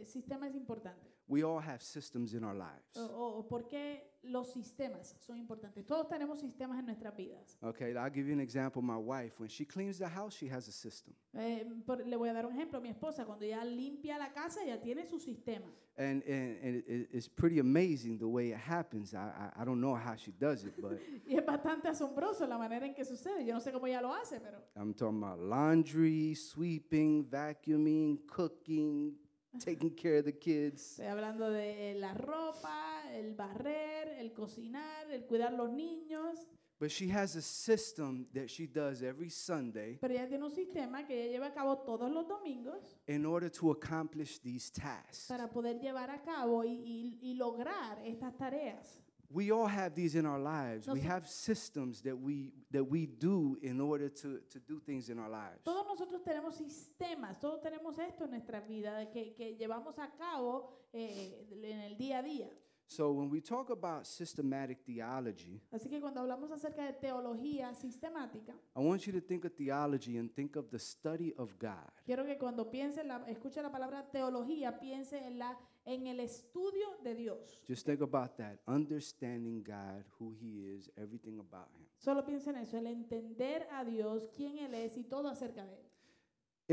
Speaker 1: sistema es importante?
Speaker 3: We all have systems in our lives.
Speaker 1: O, o- o por qué los sistemas son importantes? Todos tenemos sistemas en nuestras vidas.
Speaker 3: Okay, I'll give you an example. My wife, when she cleans the house, she has a system.
Speaker 1: Eh, por- le voy a dar un ejemplo. Mi esposa, cuando ya limpia la casa, ya tiene su sistema.
Speaker 3: And, and, and it- it, it's pretty amazing the way it happens. I, I, I don't know how she does it, but
Speaker 1: Y es bastante asombroso la manera en que sucede. Yo no sé cómo ella lo hace, pero
Speaker 3: I'm talking about laundry, sweeping, vacuuming, cooking, taking care of the kids.
Speaker 1: estoy hablando de eh, la ropa, el barrer, el cocinar, el cuidar los niños.
Speaker 3: But she has a system that she does every Sunday
Speaker 1: Pero ella tiene un sistema que ella lleva a cabo todos los domingos
Speaker 3: in order to accomplish these tasks.
Speaker 1: para poder llevar a cabo y, y- y lograr estas tareas.
Speaker 3: We all have these in our lives. We
Speaker 1: Nosso-
Speaker 3: have systems that we that we do in order to, to do things in our lives.
Speaker 1: Todos nosotros tenemos sistemas, todos tenemos esto en nuestra vida de que, que llevamos a cabo eh, en el día a día.
Speaker 3: So when we talk about systematic theology,
Speaker 1: Así que cuando hablamos acerca de teología sistemática,
Speaker 3: I want you to think of theology and think of the study of God.
Speaker 1: Quiero que cuando piense, en la, escuche la palabra teología, piense en, la, en el estudio de Dios.
Speaker 3: Just think about that, understanding God, who he is, everything about him.
Speaker 1: Solo piense en eso, el entender a Dios, quién Él es y todo acerca de Él.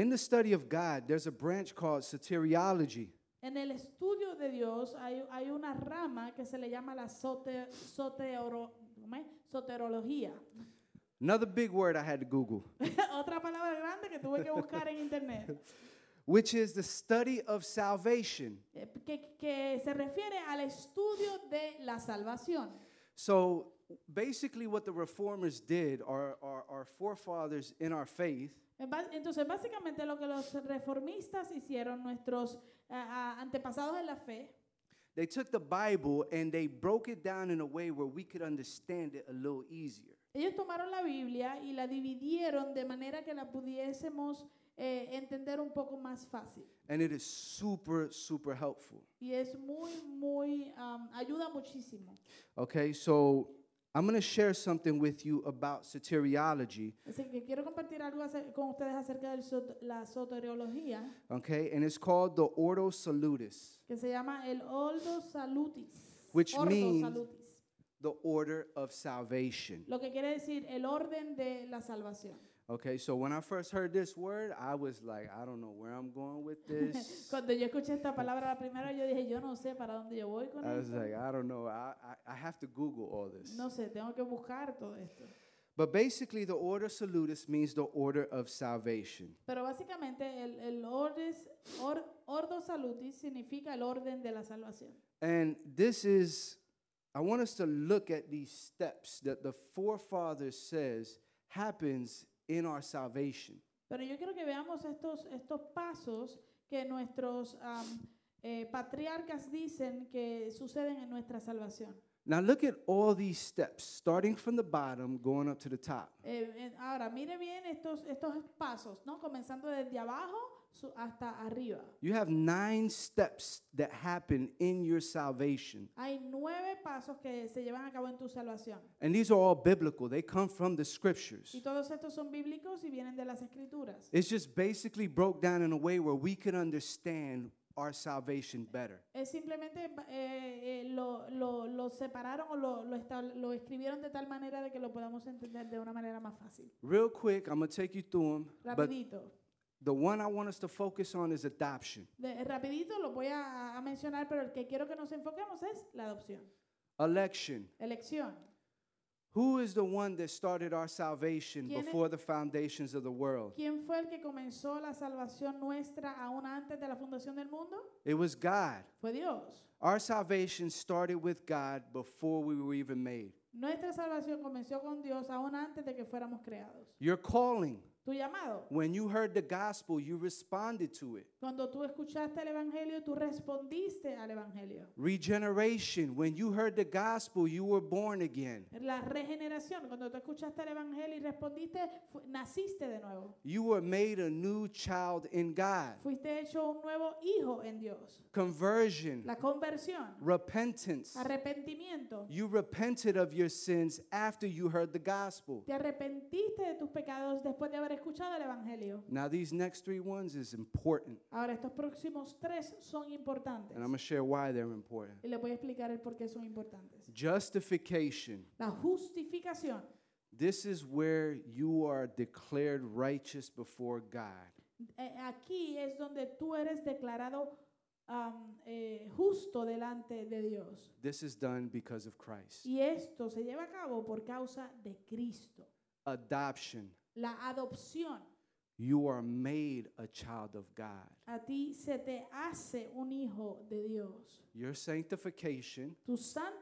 Speaker 3: In the study of God, there's a branch called soteriology.
Speaker 1: En el estudio de Dios hay, hay una rama que se le llama la sote- soteoro- ¿cómo es? soterología.
Speaker 3: Another big word I had to Google,
Speaker 1: Otra palabra grande que tuve que buscar en internet,
Speaker 3: which is the study of salvation.
Speaker 1: eh, que, que se refiere al estudio de la salvación.
Speaker 3: So basically, what the reformers did, our, our, our forefathers in our faith,
Speaker 1: En Eh, bas- Entonces, básicamente lo que los reformistas hicieron, nuestros ah, ah, antepasados en la fe,
Speaker 3: they took the Bible and they broke it down in a way where we could understand it a little easier.
Speaker 1: ellos tomaron la Biblia y la dividieron de manera que la pudiésemos eh, entender un poco más fácil.
Speaker 3: And it is super, super helpful.
Speaker 1: Y es muy, muy, am, ayuda muchísimo.
Speaker 3: Okay, so I'm going to share something with you about soteriology,
Speaker 1: Así que quiero compartir algo acer- con ustedes acerca de la soteriología,
Speaker 3: okay? And it's called the Ordo Salutis,
Speaker 1: que se llama el Ordo Salutis.
Speaker 3: Which
Speaker 1: Ordo
Speaker 3: means-
Speaker 1: Salutis.
Speaker 3: the order of salvation.
Speaker 1: Lo que quiere decir el orden de la salvación.
Speaker 3: Okay, so when I first heard this word, I was like, I don't know where I'm going with this.
Speaker 1: Cuando yo escuché esta palabra la primera vez, yo dije, yo no sé para dónde yo voy con
Speaker 3: I was
Speaker 1: esto.
Speaker 3: like, I don't know. I, I, I have to Google all this.
Speaker 1: No sé, tengo que buscar todo esto.
Speaker 3: But basically, the order salutis means the order of salvation.
Speaker 1: Pero básicamente el, el ordis- or- ordo salutis significa el orden de la salvación.
Speaker 3: And this is, I want us to look at these steps that the forefathers says happens in our salvation.
Speaker 1: Pero yo quiero que veamos estos, estos pasos que nuestros am, eh, patriarcas dicen que suceden en nuestra salvación.
Speaker 3: Now look at all these steps, starting from the bottom, going up to the top.
Speaker 1: Eh, eh, ahora, mire bien estos, estos pasos, ¿no? Comenzando desde abajo su- hasta arriba.
Speaker 3: You have nine steps that happen in your salvation.
Speaker 1: Hay nueve pasos que se llevan a cabo en tu salvación.
Speaker 3: And these are all biblical. They come from the scriptures.
Speaker 1: Y todos estos son bíblicos y vienen de las escrituras.
Speaker 3: It's just basically broke down in a way where we can understand our salvation better.
Speaker 1: Es simplemente ba- eh, eh, lo, lo- lo separaron o lo, lo, estab- lo escribieron de tal manera de que lo podamos entender de una manera más fácil.
Speaker 3: Real quick, I'm going to take you through them. But
Speaker 1: Rapidito.
Speaker 3: the one I want us to focus on is adoption.
Speaker 1: De- rapidito lo voy a, a mencionar, pero el que quiero que nos enfoquemos es la adopción,
Speaker 3: Election.
Speaker 1: elección.
Speaker 3: Who is the one that started our salvation
Speaker 1: ¿Quién es?
Speaker 3: before the foundations of the world?
Speaker 1: ¿Quién fue el que comenzó la salvación nuestra aún antes de la fundación del mundo?
Speaker 3: It was God.
Speaker 1: Fue Dios.
Speaker 3: Our salvation started with God before we were even made.
Speaker 1: Nuestra salvación comenzó con Dios aún antes de que fuéramos creados.
Speaker 3: Your calling.
Speaker 1: Tu llamado.
Speaker 3: When you heard the gospel, you responded to it.
Speaker 1: Cuando tú escuchaste el Evangelio, tú respondiste al Evangelio.
Speaker 3: Regeneration. When you heard the gospel, you were born again.
Speaker 1: La regeneración, cuando tú escuchaste el Evangelio y respondiste, fu- naciste de nuevo.
Speaker 3: You were made a new child in God.
Speaker 1: Fuiste hecho un nuevo hijo en Dios.
Speaker 3: Conversion.
Speaker 1: La conversión,
Speaker 3: Repentance.
Speaker 1: arrepentimiento.
Speaker 3: You repented of your sins after you heard the gospel.
Speaker 1: Te arrepentiste de tus pecados después de haber escuchado el Evangelio.
Speaker 3: Now, these next three ones is important,
Speaker 1: Ahora, estos próximos tres son importantes.
Speaker 3: and I'm going to share why they're important.
Speaker 1: Y les voy a explicar el por qué son importantes.
Speaker 3: Justification.
Speaker 1: La justificación.
Speaker 3: This is where you are declared righteous before God.
Speaker 1: Eh, aquí es donde tú eres declarado am, eh, justo delante de Dios.
Speaker 3: This is done because of Christ.
Speaker 1: Y esto se lleva a cabo por causa de Cristo.
Speaker 3: Adoption.
Speaker 1: La adopción.
Speaker 3: You are made a child of God.
Speaker 1: A ti se te hace un hijo de Dios.
Speaker 3: Your sanctification,
Speaker 1: Tu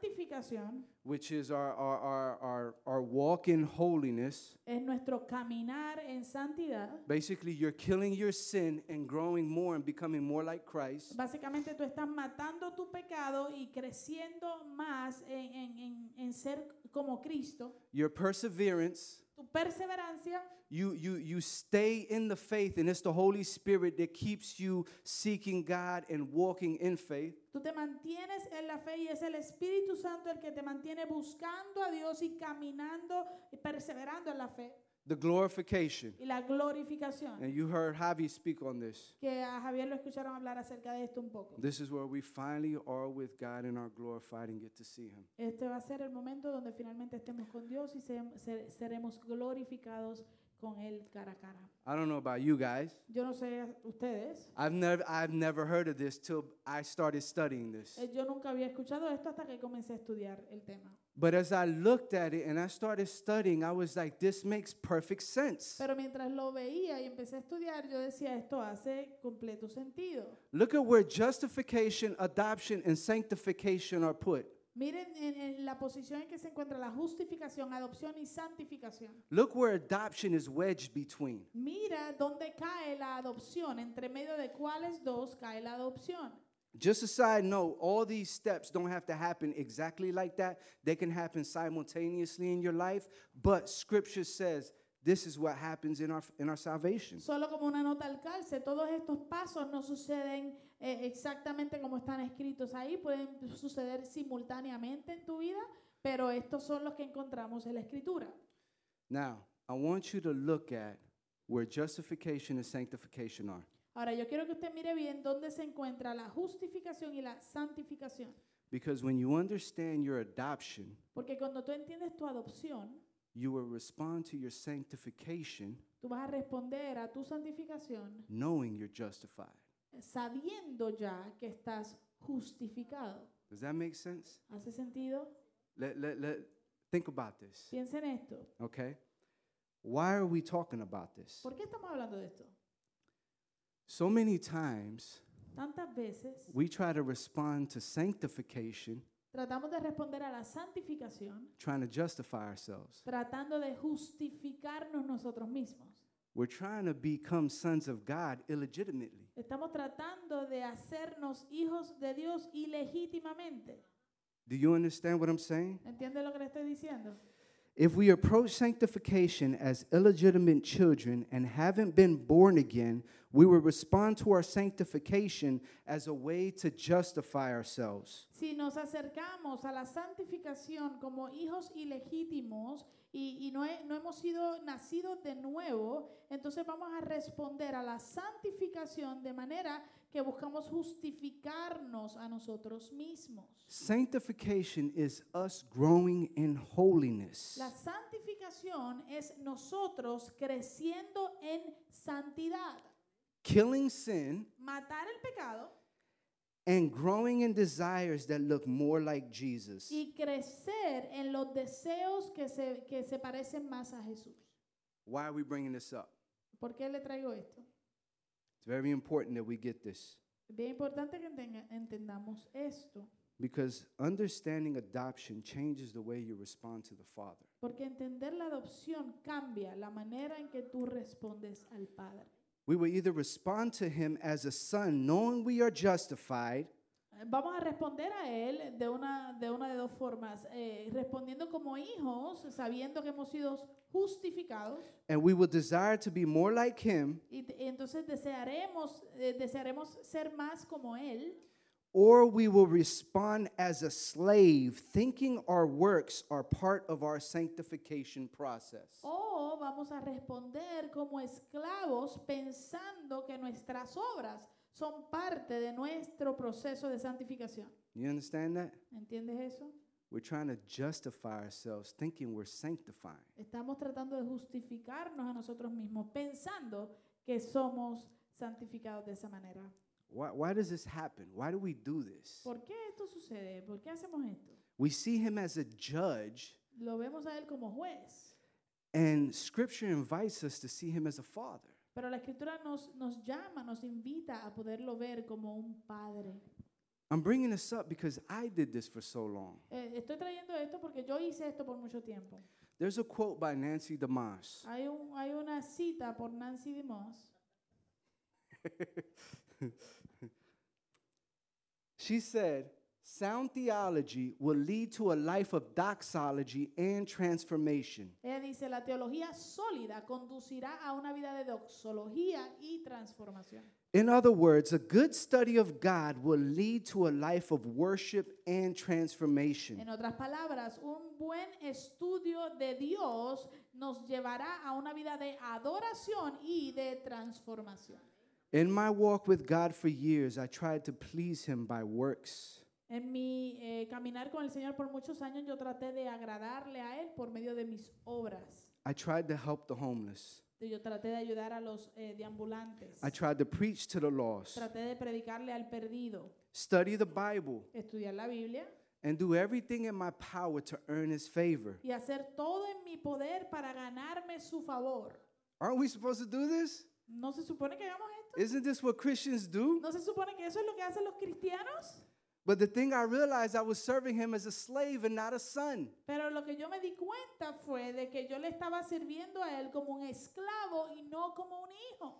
Speaker 1: santificación
Speaker 3: which is our, our, our, our, our walk in holiness,
Speaker 1: es nuestro caminar en santidad.
Speaker 3: basically, you're killing your sin and growing more and becoming more like Christ.
Speaker 1: Básicamente tú estás matando tu pecado y creciendo más en, en- en- en ser como Cristo.
Speaker 3: Your perseverance,
Speaker 1: Tu perseverancia,
Speaker 3: You, you, you stay in the faith, and it's the Holy Spirit that keeps you seeking God and walking in faith.
Speaker 1: tú te mantienes en la fe y es el Espíritu Santo el que te mantiene buscando a Dios y caminando y perseverando en la fe.
Speaker 3: The glorification.
Speaker 1: Y la glorificación,
Speaker 3: And you heard Javi speak on this.
Speaker 1: que a Javier lo escucharon hablar acerca de esto un poco.
Speaker 3: This is where we finally are with God and are glorified and get to see Him.
Speaker 1: Este va a ser el momento donde finalmente estemos con Dios y se- se- seremos glorificados con Él cara a cara.
Speaker 3: I don't know about you guys.
Speaker 1: Yo no sé ustedes.
Speaker 3: I've never, I've never heard of this till I started studying this.
Speaker 1: Eh, Yo nunca había escuchado esto hasta que comencé a estudiar el tema.
Speaker 3: But as I looked at it and I started studying, I was like, this makes perfect sense.
Speaker 1: Pero mientras lo veía y empecé a estudiar, yo decía, esto hace completo sentido.
Speaker 3: Look at where justification, adoption, and sanctification are put.
Speaker 1: Miren en, en la posición en que se encuentra la justificación, adopción y santificación.
Speaker 3: Look where adoption is wedged between.
Speaker 1: Mira dónde cae la adopción, entre medio de cuáles dos cae la adopción.
Speaker 3: Just a side note, all these steps don't have to happen exactly like that. They can happen simultaneously in your life, but scripture says this is what happens in our in our salvation.
Speaker 1: Solo como una nota al calce, todos estos pasos no suceden eh, exactamente como están escritos ahí, pueden suceder simultáneamente en tu vida, pero estos son los que encontramos en la escritura.
Speaker 3: Now, I want you to look at where justification and sanctification are.
Speaker 1: Ahora, yo quiero que usted mire bien dónde se encuentra la justificación y la santificación.
Speaker 3: Because when you understand your adoption,
Speaker 1: Porque cuando tú entiendes tu adopción,
Speaker 3: you will respond to your sanctification
Speaker 1: tú vas a responder a tu santificación
Speaker 3: knowing you're justified.
Speaker 1: sabiendo ya que estás justificado.
Speaker 3: Does that make sense?
Speaker 1: ¿Hace sentido?
Speaker 3: Let, let, let, think about this,
Speaker 1: Piensa en esto.
Speaker 3: okay? Why are we talking about this?
Speaker 1: ¿Por qué estamos hablando de esto?
Speaker 3: So many times
Speaker 1: Tantas veces
Speaker 3: we try to respond to sanctification
Speaker 1: tratamos de responder a la santificación
Speaker 3: trying to justify ourselves.
Speaker 1: tratando de justificarnos nosotros mismos.
Speaker 3: We're trying to become sons of God illegitimately.
Speaker 1: Estamos tratando de hacernos hijos de Dios ilegítimamente.
Speaker 3: Do you understand what I'm saying?
Speaker 1: ¿Entiende lo que le estoy diciendo?
Speaker 3: If we approach sanctification as illegitimate children and haven't been born again, we will respond to our sanctification as a way to justify ourselves.
Speaker 1: Si nos acercamos a la santificación como hijos ilegítimos y, y no, he- no hemos sido nacidos de nuevo, entonces vamos a responder a la santificación de manera que buscamos justificarnos a nosotros mismos.
Speaker 3: Sanctification is us growing in holiness.
Speaker 1: La santificación es nosotros creciendo en santidad,
Speaker 3: killing sin
Speaker 1: matar el pecado
Speaker 3: and growing in desires that look more like Jesus.
Speaker 1: y crecer en los deseos que se, que se parecen más a Jesús.
Speaker 3: Why are we bringing this up?
Speaker 1: ¿Por qué le traigo esto?
Speaker 3: It's very important that we get this
Speaker 1: Bien importante que entenga- entendamos esto,
Speaker 3: because understanding adoption changes the way you respond to the Father.
Speaker 1: porque entender la adopción cambia la manera en que tú respondes al Padre.
Speaker 3: We will either respond to Him as a son, knowing we are justified,
Speaker 1: Eh, Vamos a responder a Él de una de, una de dos formas, eh, respondiendo como hijos, sabiendo que hemos sido justificados,
Speaker 3: and we will desire to be more like Him,
Speaker 1: y, te- y entonces desearemos, eh, desearemos ser más como Él,
Speaker 3: or we will respond as a slave, thinking our works are part of our sanctification process.
Speaker 1: o vamos a responder como esclavos pensando que nuestras obras son parte de nuestro proceso de santificación.
Speaker 3: You understand that?
Speaker 1: ¿Entiendes eso?
Speaker 3: We're trying to justify ourselves, thinking we're sanctifying.
Speaker 1: Estamos tratando de justificarnos a nosotros mismos, pensando que somos santificados de esa manera.
Speaker 3: Why, why does this happen? Why do we do this?
Speaker 1: ¿Por qué esto sucede? ¿Por qué hacemos esto?
Speaker 3: We see Him as a judge,
Speaker 1: Lo vemos a Él como juez,
Speaker 3: and Scripture invites us to see Him as a father.
Speaker 1: pero la Escritura nos, nos llama, nos invita a poderlo ver como un padre.
Speaker 3: I'm bringing this up because I did this for so long.
Speaker 1: Eh, estoy trayendo esto porque yo hice esto por mucho tiempo.
Speaker 3: There's a quote by Nancy DeMoss.
Speaker 1: Hay, un, hay una cita por Nancy DeMoss.
Speaker 3: She said, Sound theology will lead to a life of doxology and transformation.
Speaker 1: Ella dice, la teología sólida conducirá a una vida de doxología y transformación.
Speaker 3: In other words, a good study of God will lead to a life of worship and transformation.
Speaker 1: En otras palabras, un buen estudio de Dios nos llevará a una vida de adoración y de transformación.
Speaker 3: In my walk with God for years, I tried to please Him by works.
Speaker 1: En mi eh, caminar con el Señor por muchos años yo traté de agradarle a Él por medio de mis obras.
Speaker 3: I tried to help the homeless.
Speaker 1: Yo traté de ayudar a los eh, deambulantes.
Speaker 3: I tried to preach to the lost,
Speaker 1: Traté de predicarle al perdido,
Speaker 3: study the Bible,
Speaker 1: estudiar la Biblia
Speaker 3: and do everything in my power to earn His favor.
Speaker 1: y hacer todo en mi poder para ganarme su favor.
Speaker 3: Aren't we supposed to do this?
Speaker 1: ¿No se supone que hagamos esto?
Speaker 3: Isn't this what Christians do?
Speaker 1: ¿No se supone que eso es lo que hacen los cristianos?
Speaker 3: But the thing I realized, I was serving him as a slave and not a son.
Speaker 1: Pero lo que yo me di cuenta fue de que yo le estaba sirviendo a él como un esclavo y no como un hijo.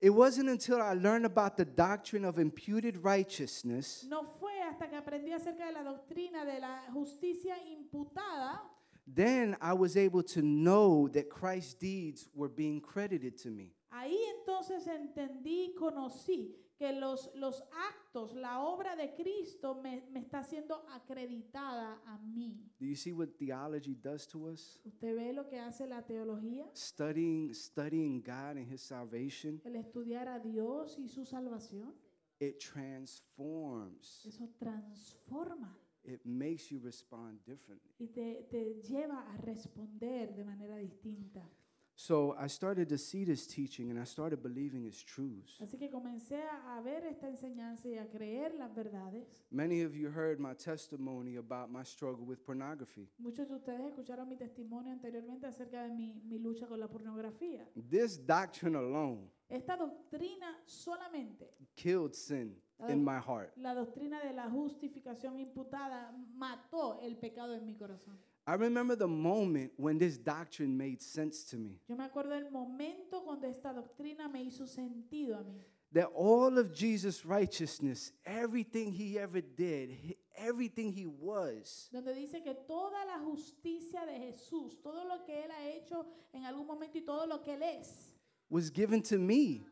Speaker 3: It wasn't until I learned about the doctrine of imputed righteousness
Speaker 1: No fue hasta que aprendí acerca de la doctrina de la justicia imputada,
Speaker 3: then I was able to know that Christ's deeds were being credited to me.
Speaker 1: ahí entonces entendí, conocí que los, los actos, la obra de Cristo me, me está siendo acreditada a mí.
Speaker 3: Do you see what theology does to us?
Speaker 1: ¿Usted ve lo que hace la teología?
Speaker 3: Studying, studying God and His salvation,
Speaker 1: El estudiar a Dios y su salvación,
Speaker 3: it transforms.
Speaker 1: eso transforma
Speaker 3: It makes you respond differently.
Speaker 1: y te, te lleva a responder de manera distinta.
Speaker 3: So I started to see this teaching and I started believing its truths.
Speaker 1: Así que comencé a a ver esta enseñanza y a creer las verdades.
Speaker 3: Many of you heard my testimony about my struggle with pornography.
Speaker 1: Muchos de ustedes escucharon mi testimonio anteriormente acerca de mi, mi lucha con la pornografía.
Speaker 3: This doctrine alone
Speaker 1: Esta doctrina solamente,
Speaker 3: killed sin
Speaker 1: La
Speaker 3: in
Speaker 1: doc-
Speaker 3: my heart.
Speaker 1: la doctrina de la justificación imputada, mató el pecado en mi corazón.
Speaker 3: I remember the moment when this doctrine made sense to me
Speaker 1: Yo me acuerdo del momento cuando esta doctrina me hizo sentido a mí.
Speaker 3: that all of Jesus' righteousness, everything he ever did, he- everything he was,
Speaker 1: donde dice que toda la justicia de Jesús, todo lo que él ha hecho en algún momento y todo lo que él es,
Speaker 3: was given to me.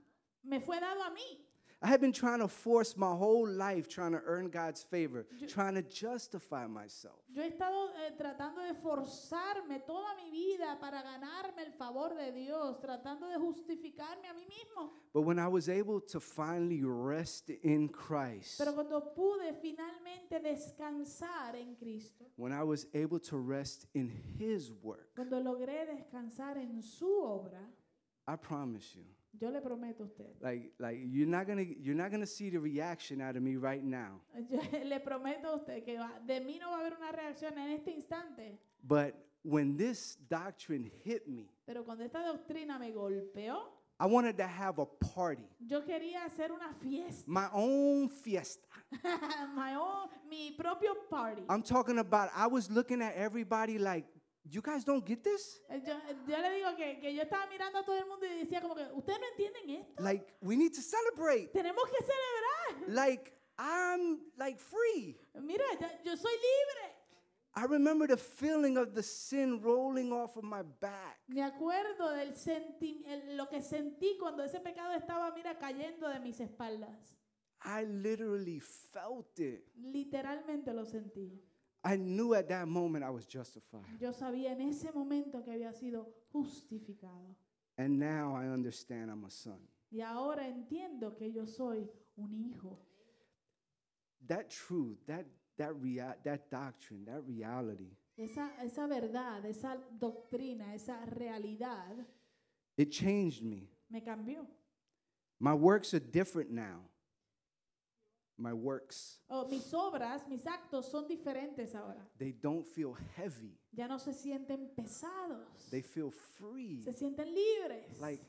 Speaker 1: me fue dado a mí.
Speaker 3: I had been trying to force my whole life, trying to earn God's favor,
Speaker 1: Yo-
Speaker 3: trying to justify myself.
Speaker 1: Yo he estado eh, tratando de forzarme toda mi vida para ganarme el favor de Dios, tratando de justificarme a mí mismo.
Speaker 3: But when I was able to finally rest in Christ,
Speaker 1: Pero cuando pude finalmente descansar en Cristo,
Speaker 3: when I was able to rest in his work,
Speaker 1: cuando logré descansar en su obra,
Speaker 3: I promise you,
Speaker 1: yo le prometo a usted,
Speaker 3: like like you're not gonna you're not gonna see the reaction out of me right now
Speaker 1: yo le prometo a usted que va- de mí no va a haber una reacción en este instante.
Speaker 3: but when this doctrine hit me
Speaker 1: Pero cuando esta doctrina me golpeó,
Speaker 3: i wanted to have a party
Speaker 1: yo quería hacer una fiesta,
Speaker 3: my own fiesta
Speaker 1: my own- mi propio party.
Speaker 3: i'm talking about i was looking at everybody like you guys don't get this
Speaker 1: Eh, Yo, yo le digo que, que yo estaba mirando a todo el mundo y decía como que, ¿ustedes no entienden esto?
Speaker 3: like we need to celebrate
Speaker 1: Tenemos que celebrar.
Speaker 3: like i'm like free
Speaker 1: Mira, ya- yo soy libre.
Speaker 3: i remember the feeling of the sin rolling off of my back
Speaker 1: Me acuerdo del senti- el- lo que sentí cuando ese pecado estaba, mira, cayendo de mis espaldas.
Speaker 3: i literally felt it
Speaker 1: Literalmente lo sentí.
Speaker 3: i knew at that moment i was justified
Speaker 1: Yo sabía en ese momento que había sido justificado.
Speaker 3: And now I understand I'm a son.
Speaker 1: Y ahora entiendo que yo soy un hijo.
Speaker 3: That truth, that that rea- that doctrine, that reality,
Speaker 1: Esa, esa verdad, esa doctrina, esa realidad
Speaker 3: it changed me.
Speaker 1: me cambió.
Speaker 3: My works are different now. My works,
Speaker 1: Oh, mis obras, mis actos son diferentes ahora.
Speaker 3: they don't feel heavy.
Speaker 1: Ya no se sienten pesados.
Speaker 3: They feel free.
Speaker 1: Se sienten libres.
Speaker 3: Like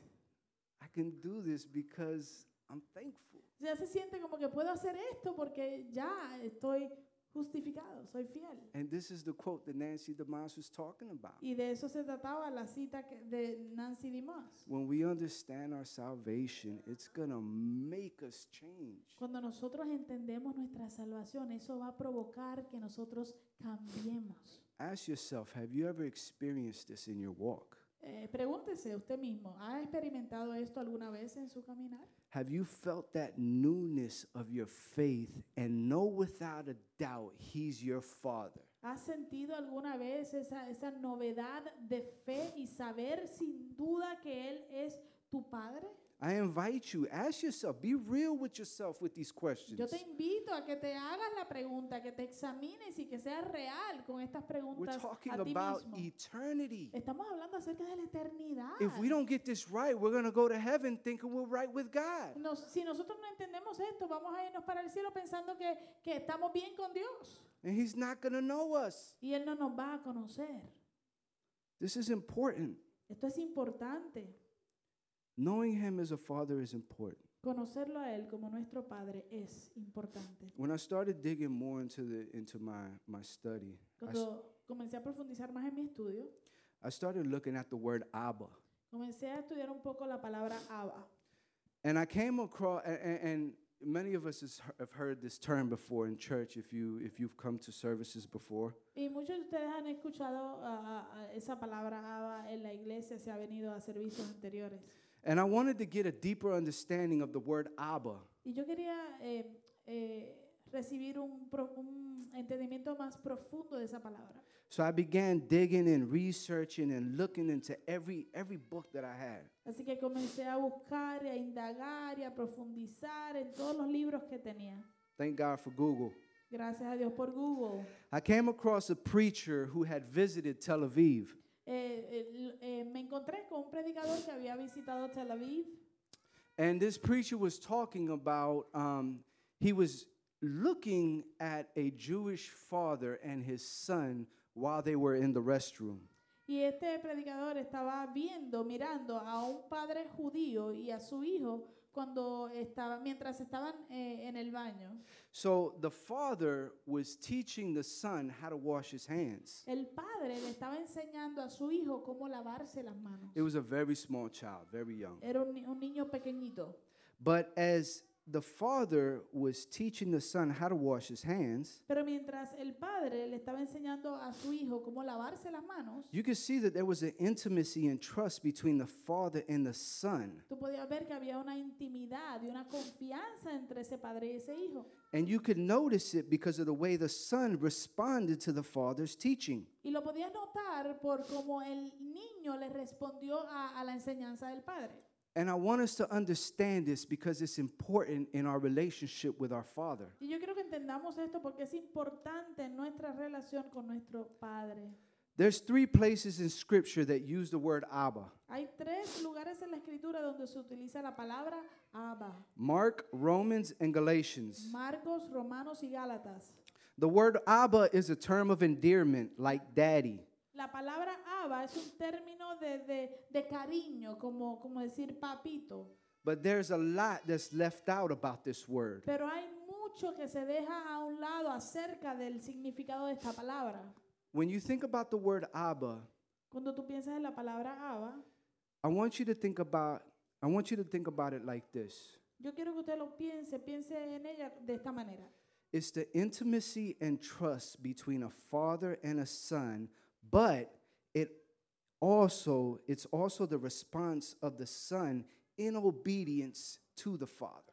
Speaker 3: I can do this because I'm thankful.
Speaker 1: ya se siente como que puedo hacer esto porque ya estoy justificado, soy fiel.
Speaker 3: And this is the quote that Nancy DeMoss was talking about.
Speaker 1: Y de eso se trataba la cita que- de Nancy Dimas.
Speaker 3: When we understand our salvation, it's gonna make us change.
Speaker 1: Cuando nosotros entendemos nuestra salvación, eso va a provocar que nosotros cambiemos.
Speaker 3: Ask yourself, have you ever experienced this in your walk?
Speaker 1: Eh, pregúntese usted mismo, ¿ha experimentado esto alguna vez en su caminar?
Speaker 3: Have you felt that newness of your faith and know without a doubt He's your Father?
Speaker 1: ¿Has sentido alguna vez esa, esa novedad de fe y saber sin duda que Él es tu Padre?
Speaker 3: I invite you, ask yourself, be real with yourself with these questions.
Speaker 1: Yo te invito a que te hagas la pregunta, que te examines y que seas real con estas
Speaker 3: We're
Speaker 1: preguntas
Speaker 3: talking
Speaker 1: a ti
Speaker 3: about
Speaker 1: mismo.
Speaker 3: eternity.
Speaker 1: Estamos hablando acerca de la eternidad.
Speaker 3: If we don't get this right, we're going to go to heaven thinking we're right with God.
Speaker 1: Nos- si nosotros no entendemos esto, vamos a irnos para el cielo pensando que, que estamos bien con Dios
Speaker 3: And He's not going to know us.
Speaker 1: y Él no nos va a conocer.
Speaker 3: This is important.
Speaker 1: Esto es importante.
Speaker 3: Knowing Him as a Father is important.
Speaker 1: Conocerlo a Él como nuestro Padre es importante.
Speaker 3: When I started digging more into, the, into my, my study, I, s-
Speaker 1: Cuando comencé a profundizar más en mi estudio,
Speaker 3: I started looking at the word Abba.
Speaker 1: comencé a estudiar un poco la palabra Abba.
Speaker 3: And I came across, and, and many of us has he- have heard this term before in church. If you if you've come to services before,
Speaker 1: Y muchos de ustedes han escuchado ah, ah, ah, esa palabra Abba en la iglesia, se ha venido a servicios anteriores.
Speaker 3: And I wanted to get a deeper understanding of the word Abba.
Speaker 1: Y yo quería eh, eh, recibir un, pro- un entendimiento más profundo de esa palabra.
Speaker 3: So I began digging and researching and looking into every every book that I had.
Speaker 1: Así que comencé a buscar, y a indagar y a profundizar en todos los libros que tenía.
Speaker 3: Thank God for Google.
Speaker 1: Gracias a Dios por Google.
Speaker 3: I came across a preacher who had visited Tel Aviv.
Speaker 1: Eh, eh, l- eh, me encontré con un predicador que había visitado Tel Aviv
Speaker 3: And this preacher was talking about, um, he was looking at a Jewish father and his son while they were in the restroom.
Speaker 1: y este predicador estaba viendo, mirando a un padre judío y a su hijo cuando estaba, mientras estaban eh, en el baño.
Speaker 3: So the father was teaching the son how to wash his hands.
Speaker 1: El padre le estaba enseñando a su hijo cómo lavarse las manos.
Speaker 3: It was a very small child, very young.
Speaker 1: Era un, ni- un niño pequeñito.
Speaker 3: But as the father was teaching the son how to wash his hands,
Speaker 1: Pero mientras el padre le estaba enseñando a su hijo cómo lavarse las manos,
Speaker 3: you could see that there was an intimacy and trust between the father and the son.
Speaker 1: tú podías ver que había una intimidad y una confianza entre ese padre y ese hijo.
Speaker 3: And you could notice it because of the way the son responded to the father's teaching.
Speaker 1: Y lo podías notar por cómo el niño le respondió a, a la enseñanza del padre.
Speaker 3: And I want us to understand this because it's important in our relationship with our father.
Speaker 1: Y yo quiero que entendamos esto porque es importante en nuestra relación con nuestro padre.
Speaker 3: There's three places in scripture that use the word Abba.
Speaker 1: Hay tres lugares en la escritura donde se utiliza la palabra Abba.
Speaker 3: Mark, Romans, and Galatians.
Speaker 1: Marcos, Romanos y Gálatas.
Speaker 3: The word Abba is a term of endearment, like daddy.
Speaker 1: La palabra Abba es un término de, de- de cariño, como, como decir papito.
Speaker 3: But there's a lot that's left out about this word.
Speaker 1: Pero hay mucho que se deja a un lado acerca del significado de esta palabra.
Speaker 3: When you think about the word Abba,
Speaker 1: Cuando tú piensas en la palabra Abba,
Speaker 3: I want you to think about I want you to think about it like this.
Speaker 1: yo quiero que usted lo piense, piense en ella de esta manera.
Speaker 3: It's the intimacy and trust between a father and a son, but it also it's also the response of the son in obedience to the father.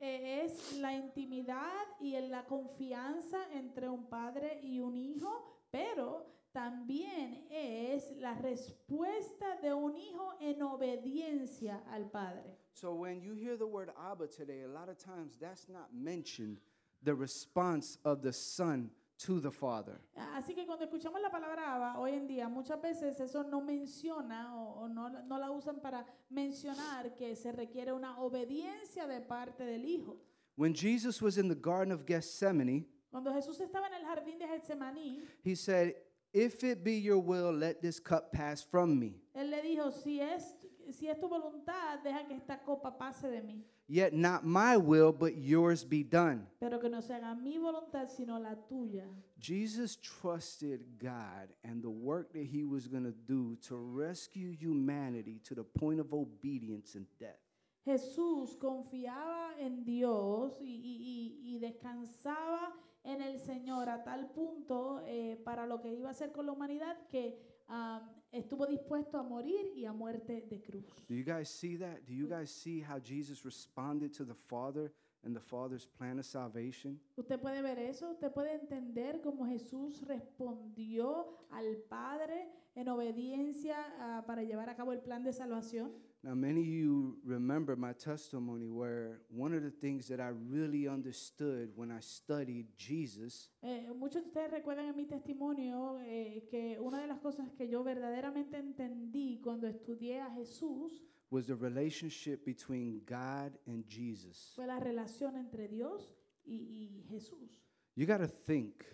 Speaker 1: Eh, es la intimidad y en la confianza entre un padre y un hijo, pero también es la respuesta de un hijo en obediencia al padre.
Speaker 3: So when you hear the word Abba today, a lot of times that's not mentioned the response of the son to the father.
Speaker 1: A- Así que cuando escuchamos la palabra Abba, hoy en día muchas veces eso no menciona o, o no, la- no la usan para mencionar que se requiere una obediencia de parte del hijo.
Speaker 3: When Jesus was in the garden of Gethsemane,
Speaker 1: Cuando Jesús estaba en el jardín de Getsemaní,
Speaker 3: he said, "If it be your will, let this cup pass from me."
Speaker 1: él le dijo, si es, si es tu voluntad, deja que esta copa pase de mí,
Speaker 3: Yet not my will, but yours be done.
Speaker 1: pero que no se haga mi voluntad, sino la tuya.
Speaker 3: Jesus trusted God and the work that he was going to do to rescue humanity to the point of obedience and death.
Speaker 1: Jesús confiaba en Dios y, y- y- y descansaba en el Señor a tal punto eh, para lo que iba a hacer con la humanidad que am, estuvo dispuesto a morir y a muerte de cruz.
Speaker 3: Do you guys see that? Do you guys see how Jesus responded to the Father and the Father's plan of salvation?
Speaker 1: Usted puede ver eso, usted puede entender cómo Jesús respondió al Padre en obediencia ah, para llevar a cabo el plan de salvación.
Speaker 3: Now, many of you remember my testimony where one of the things that I really understood when I studied Jesus
Speaker 1: Eh, muchos de ustedes recuerdan en mi testimonio eh, que una de las cosas que yo verdaderamente entendí cuando estudié a Jesús
Speaker 3: was the relationship between God and Jesus.
Speaker 1: fue la relación entre Dios y, y Jesús.
Speaker 3: You got to think.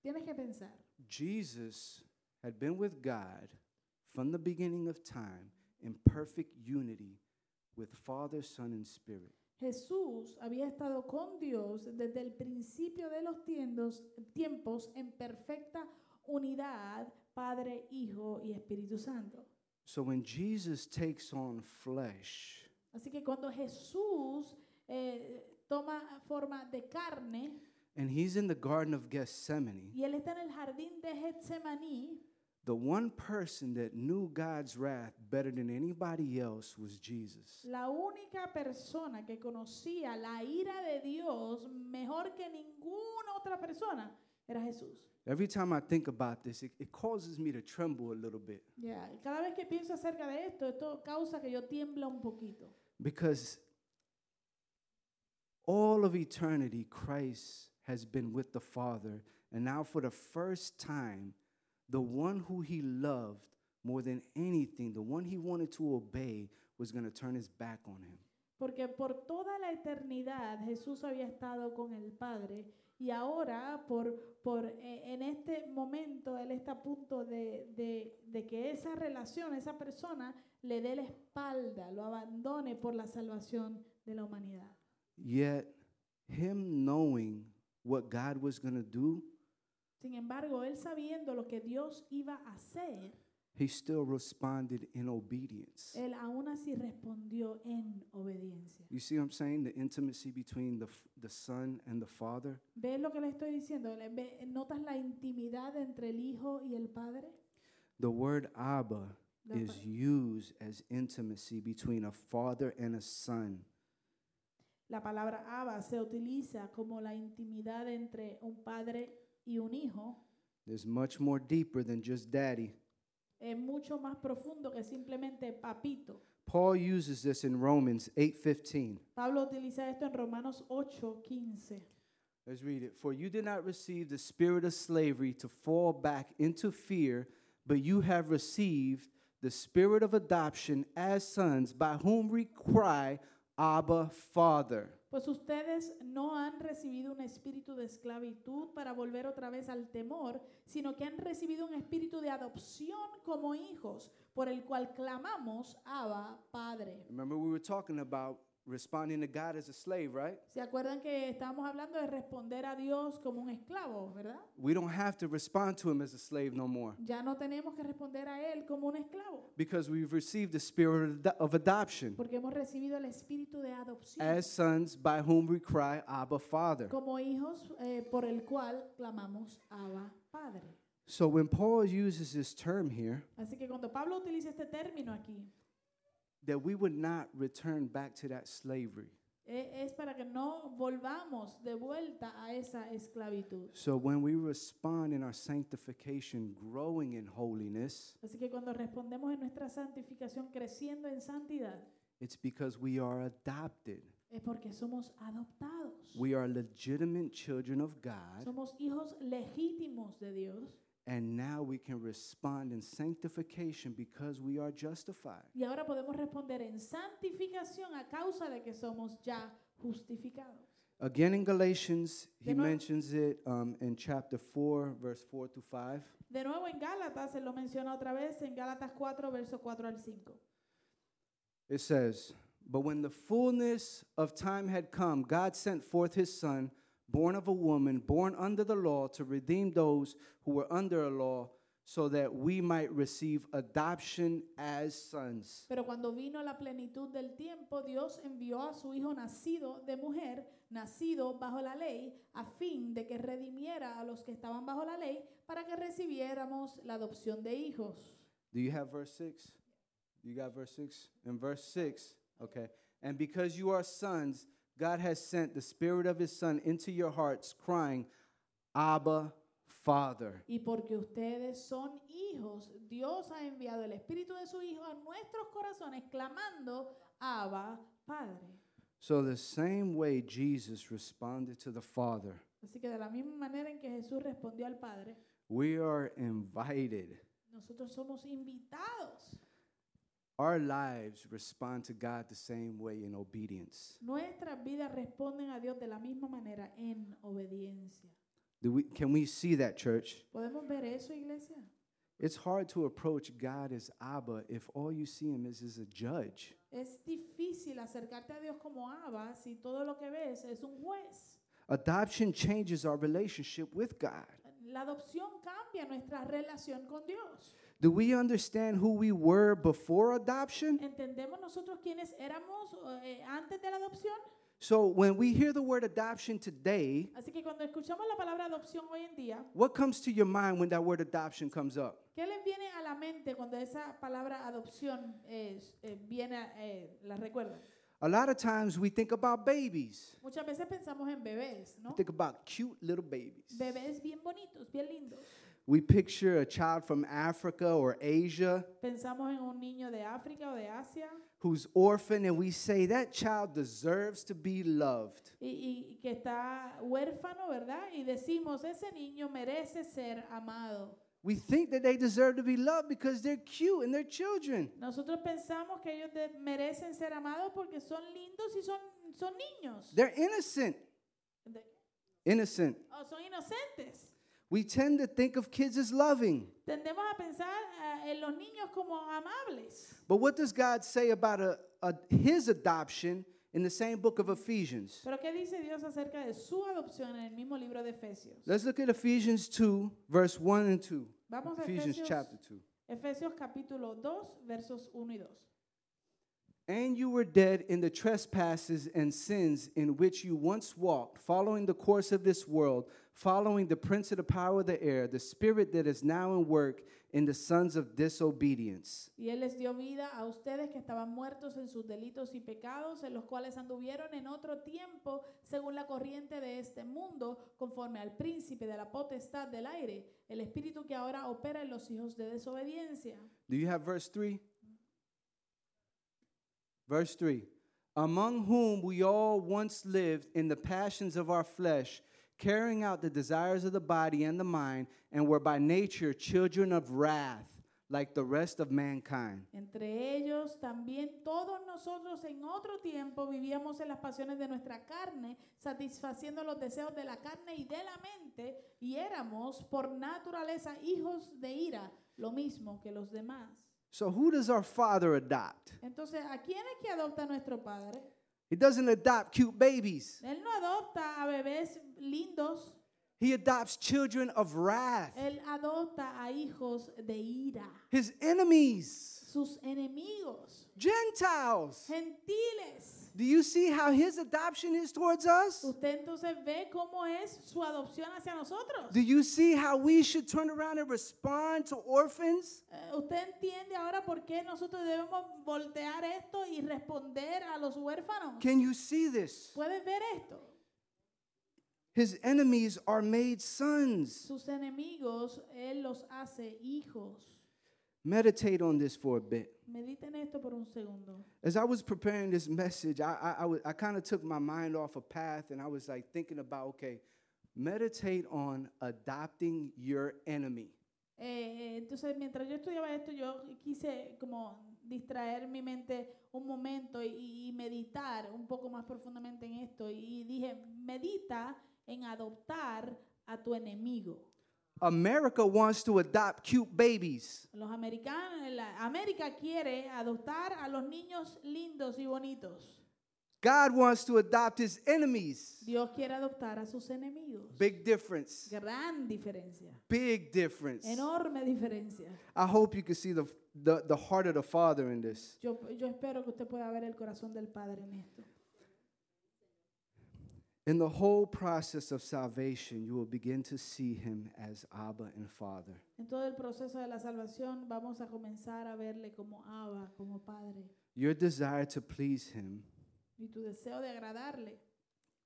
Speaker 1: Tienes que pensar,
Speaker 3: Jesus had been with God from the beginning of time in perfect unity with Father, Son, and Spirit.
Speaker 1: Jesús había estado con Dios desde el principio de los tiendos- tiempos en perfecta unidad, Padre, Hijo y Espíritu Santo.
Speaker 3: So when Jesus takes on flesh,
Speaker 1: Así que cuando Jesús eh, toma forma de carne,
Speaker 3: and he's in the Garden of Gethsemane,
Speaker 1: Y él está en el jardín de Getsemaní.
Speaker 3: The one person that knew God's wrath better than anybody else was Jesus.
Speaker 1: La única persona que conocía la ira de Dios mejor que ninguna otra persona era Jesús.
Speaker 3: Every time I think about this, it, it causes me to tremble a little bit
Speaker 1: Ya, Cada vez que pienso acerca de esto, esto causa que yo tiembla un poquito.
Speaker 3: because all of eternity, Christ has been with the Father, and now for the first time, the one who he loved more than anything, the one he wanted to obey, was going to turn his back on him.
Speaker 1: Porque por toda la eternidad Jesús había estado con el Padre y ahora por, por, eh, en este momento Él está a punto de, de- de que esa relación, esa persona le dé la espalda, lo abandone por la salvación de la humanidad.
Speaker 3: Yet, him knowing what God was going to do,
Speaker 1: Sin embargo, Él sabiendo lo que Dios iba a hacer,
Speaker 3: he still responded in obedience.
Speaker 1: Él aún así respondió en obediencia.
Speaker 3: You see what I'm saying? The intimacy between the, f- the Son and the Father.
Speaker 1: ¿Ves lo que le estoy diciendo? Le- ve- ¿Notas la intimidad entre el Hijo y el Padre?
Speaker 3: The word Abba
Speaker 1: La
Speaker 3: is
Speaker 1: pa-
Speaker 3: used as intimacy between a father and a son.
Speaker 1: La palabra Abba se utiliza como la intimidad entre un padre y un hijo.
Speaker 3: There's much more deeper than just daddy.
Speaker 1: Es mucho más profundo que simplemente papito.
Speaker 3: Paul uses this in Romans 8:15.
Speaker 1: Pablo utiliza esto en Romanos 8:15.
Speaker 3: Let's read it. For you did not receive the spirit of slavery to fall back into fear, but you have received the spirit of adoption as sons, by whom we cry, Abba, Father.
Speaker 1: Pues ustedes no han recibido un espíritu de esclavitud para volver otra vez al temor, sino que han recibido un espíritu de adopción como hijos, por el cual clamamos Abba, Padre.
Speaker 3: Remember, we were talking about responding to God as a slave, right?
Speaker 1: ¿Se acuerdan que estábamos hablando de responder a Dios como un esclavo, verdad?
Speaker 3: We don't have to respond to Him as a slave no more.
Speaker 1: Ya no tenemos que responder a Él como un esclavo,
Speaker 3: because we've received the spirit of ad- of adoption
Speaker 1: porque hemos recibido el espíritu de adopción
Speaker 3: as sons by whom we cry abba father
Speaker 1: como hijos eh, por el cual clamamos Abba Padre.
Speaker 3: so when paul uses this term here
Speaker 1: Así que cuando Pablo utiliza este término aquí,
Speaker 3: that we would not return back to that slavery
Speaker 1: eh, es para que no volvamos de vuelta a esa esclavitud.
Speaker 3: so when we respond in our sanctification growing in holiness
Speaker 1: Así que cuando respondemos en nuestra santificación creciendo en santidad,
Speaker 3: it's because we are adopted
Speaker 1: es porque somos adoptados.
Speaker 3: we are legitimate children of god
Speaker 1: Somos hijos legítimos de Dios.
Speaker 3: and now we can respond in sanctification because we are justified
Speaker 1: Y ahora podemos responder en santificación a causa de que somos ya justificados.
Speaker 3: Again in Galatians, he
Speaker 1: De nuevo.
Speaker 3: mentions it um, in chapter 4, verse 4 through 5.
Speaker 1: De nuevo en Gálatas, se lo menciona otra vez, en Gálatas 4, verso 4 al 5.
Speaker 3: It says, But when the fullness of time had come, God sent forth his son, born of a woman, born under the law, to redeem those who were under a law, so that we might receive adoption as sons.
Speaker 1: Pero cuando vino la plenitud del tiempo, Dios envió a su hijo nacido de mujer, nacido bajo la ley, a fin de que redimiera a los que estaban bajo la ley, para que recibiéramos la adopción de hijos.
Speaker 3: Do you have verse 6? You got verse 6? In verse 6, okay. And because you are sons, God has sent the Spirit of His Son into your hearts, crying, Abba, Father.
Speaker 1: Y porque ustedes son hijos, Dios ha enviado el espíritu de su hijo a nuestros corazones, clamando, Abba, Padre.
Speaker 3: So, the same way Jesus responded to the Father,
Speaker 1: Así que de la misma manera en que Jesús respondió al Padre,
Speaker 3: we are invited.
Speaker 1: nosotros somos invitados.
Speaker 3: Our lives respond to God the same way in obedience.
Speaker 1: Nuestras vidas responden a Dios de la misma manera en obediencia.
Speaker 3: Do we, can we see that, church?
Speaker 1: ¿Podemos ver eso, iglesia?
Speaker 3: It's hard to approach God as Abba if all you see Him is as a judge.
Speaker 1: Es difícil acercarte a Dios como Abba si todo lo que ves es un juez.
Speaker 3: Adoption changes our relationship with God.
Speaker 1: La adopción cambia nuestra relación con Dios.
Speaker 3: Do we understand who we were before adoption?
Speaker 1: ¿Entendemos nosotros quiénes éramos eh, antes de la adopción?
Speaker 3: So, when we hear the word adoption today,
Speaker 1: Así que cuando escuchamos la palabra adopción hoy en día,
Speaker 3: what comes to your mind when that word adoption comes up?
Speaker 1: ¿Qué les viene a la mente cuando esa palabra adopción eh, s- eh, viene, a- eh, la recuerdan?
Speaker 3: A lot of times we think about babies.
Speaker 1: Muchas veces pensamos en bebés, ¿no?
Speaker 3: We think about cute little babies.
Speaker 1: Bebés bien bonitos, bien lindos.
Speaker 3: We picture a child from Africa or Asia
Speaker 1: Pensamos en un niño de África o de Asia
Speaker 3: who's orphaned and we say that child deserves to be loved.
Speaker 1: y, y- y que está huérfano, ¿verdad? Y decimos, ese niño merece ser amado.
Speaker 3: We think that they deserve to be loved because they're cute and they're children.
Speaker 1: Nosotros pensamos que ellos de- merecen ser amados porque son lindos y son, son niños.
Speaker 3: They're innocent.
Speaker 1: De-
Speaker 3: Innocent.
Speaker 1: o son inocentes.
Speaker 3: We tend to think of kids as loving.
Speaker 1: Tendemos a pensar ah, en los niños como amables.
Speaker 3: But what does God say about a, a, his adoption in the same book of Ephesians?
Speaker 1: Pero ¿qué dice Dios acerca de su adopción en el mismo libro de Efesios?
Speaker 3: Let's look at Ephesians 2, verse 1 and 2.
Speaker 1: Vamos a
Speaker 3: Ephesians
Speaker 1: Efesios.
Speaker 3: chapter 2.
Speaker 1: Efesios capítulo 2, versos 1 y 2.
Speaker 3: And you were dead in the trespasses and sins in which you once walked, following the course of this world, following the prince of the power of the air, the spirit that is now in work in the sons of disobedience.
Speaker 1: Y Él les dio vida a ustedes que estaban muertos en sus delitos y pecados, en los cuales anduvieron en otro tiempo según la corriente de este mundo, conforme al príncipe de la potestad del aire, el espíritu que ahora opera en los hijos de desobediencia.
Speaker 3: Do you have verse 3? Verse 3 Among whom we all once lived in the passions of our flesh, carrying out the desires of the body and the mind, and were by nature children of wrath, like the rest of mankind.
Speaker 1: Entre ellos también todos nosotros en otro tiempo vivíamos en las pasiones de nuestra carne, satisfaciendo los deseos de la carne y de la mente, y éramos por naturaleza hijos de ira, lo mismo que los demás.
Speaker 3: So, who does our father adopt?
Speaker 1: Entonces, ¿a quién es que adopta nuestro padre?
Speaker 3: He doesn't adopt cute babies,
Speaker 1: Él no adopta a bebés lindos,
Speaker 3: he adopts children of wrath,
Speaker 1: él adopta a hijos de ira,
Speaker 3: his enemies,
Speaker 1: sus enemigos,
Speaker 3: Gentiles.
Speaker 1: gentiles.
Speaker 3: Do you see how his adoption is towards us?
Speaker 1: Usted entonces ve cómo es su adopción hacia nosotros.
Speaker 3: Do you see how we should turn around and respond to orphans?
Speaker 1: Eh, Usted entiende ahora por qué nosotros debemos voltear esto y responder a los huérfanos.
Speaker 3: Can you see this?
Speaker 1: ¿Puedes ver esto?
Speaker 3: His enemies are made sons.
Speaker 1: Sus enemigos, Él los hace hijos.
Speaker 3: Meditate on this for a bit.
Speaker 1: Mediten esto por un segundo.
Speaker 3: As I was preparing this message, I, kind of took my mind off a path and I was like thinking about, okay, meditate on adopting your enemy.
Speaker 1: Eh, eh, entonces, mientras yo estudiaba esto, yo quise como distraer mi mente un momento y, y meditar un poco más profundamente en esto. Y dije, medita en adoptar a tu enemigo.
Speaker 3: America wants to adopt cute babies,
Speaker 1: Los americanos, la- América quiere adoptar a los niños lindos y bonitos.
Speaker 3: God wants to adopt his enemies.
Speaker 1: Dios quiere adoptar a sus enemigos.
Speaker 3: Big difference.
Speaker 1: Gran diferencia,
Speaker 3: Big difference.
Speaker 1: enorme diferencia.
Speaker 3: I hope you can see the, the, the heart of the Father in this.
Speaker 1: Yo, yo espero que usted pueda ver el corazón del Padre en esto.
Speaker 3: In the whole process of salvation, you will begin to see him as Abba and Father.
Speaker 1: En todo el proceso de la salvación vamos a comenzar a verle como Abba, como Padre.
Speaker 3: Your desire to please him
Speaker 1: Y tu deseo de agradarle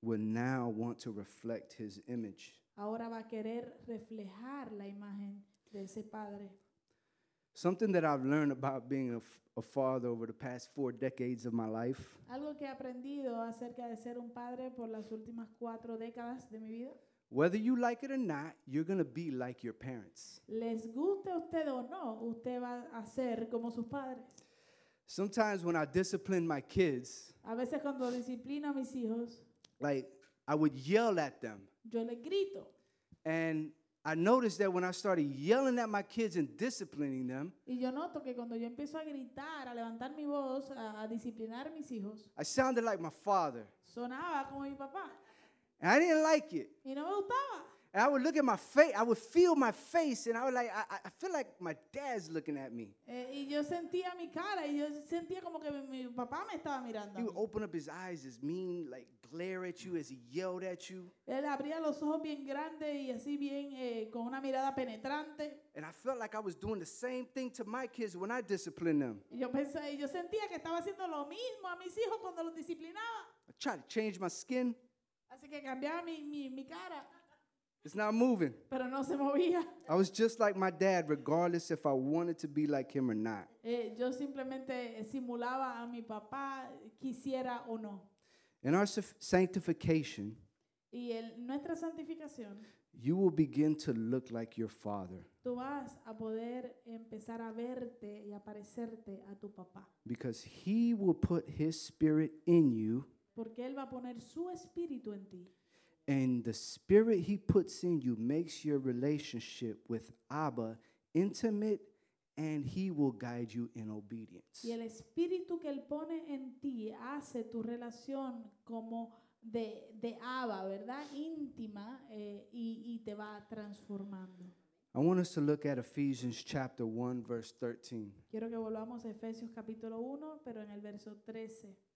Speaker 3: will now want to reflect his image.
Speaker 1: ahora va a querer reflejar la imagen de ese Padre.
Speaker 3: Something that I've learned about being a, f- a father over the past four decades of my life
Speaker 1: Algo que he aprendido acerca de ser un padre por las últimas cuatro décadas de mi vida.
Speaker 3: whether you like it or not, you're going to be like your parents.
Speaker 1: Les guste a usted o no, usted va a ser como sus padres.
Speaker 3: Sometimes when I discipline my kids,
Speaker 1: A veces cuando disciplino a mis hijos,
Speaker 3: like I would yell at them.
Speaker 1: yo les grito.
Speaker 3: And I noticed that when I started yelling at my kids and disciplining them,
Speaker 1: Y yo noto que cuando yo empiezo a gritar, a levantar mi voz, a, a disciplinar a mis hijos,
Speaker 3: I sounded like my father.
Speaker 1: sonaba como mi papá.
Speaker 3: And I didn't like it.
Speaker 1: Y no me gustaba.
Speaker 3: And I would look at my face, I would feel my face, and I would like, I, I- I feel like my dad's looking at me.
Speaker 1: Eh, y yo sentía mi cara y yo sentía como que mi, mi papá me estaba mirando. a
Speaker 3: He would
Speaker 1: mí.
Speaker 3: open up his eyes, his mean, like glare at you, as he yelled at you.
Speaker 1: Él abría los ojos bien grandes y así bien eh, con una mirada penetrante.
Speaker 3: And I felt like I was doing the same thing to my kids when I disciplined them.
Speaker 1: Y yo pensé, y yo sentía que estaba haciendo lo mismo a mis hijos cuando los disciplinaba.
Speaker 3: I tried to change my skin,
Speaker 1: Así que cambiaba mi, mi, mi cara,
Speaker 3: it's not moving.
Speaker 1: pero no se movía.
Speaker 3: I was just like my dad, regardless if I wanted to be like him or not.
Speaker 1: Eh, yo simplemente simulaba a mi papá, quisiera o no.
Speaker 3: In our saf- sanctification,
Speaker 1: Y el, nuestra santificación,
Speaker 3: you will begin to look like your father
Speaker 1: tú vas a poder empezar a verte y a parecerte a tu papá.
Speaker 3: because he will put his spirit in you,
Speaker 1: Porque Él va a poner su espíritu en ti.
Speaker 3: and the spirit he puts in you makes your relationship with Abba intimate, and he will guide you in obedience.
Speaker 1: Y el espíritu que Él pone en ti hace tu relación como de, de Abba, ¿verdad? Íntima eh, y, y te va transformando.
Speaker 3: I want us to look at Ephesians chapter 1, verse 13.
Speaker 1: Quiero que volvamos a Efesios capítulo 1, pero en el verso 13.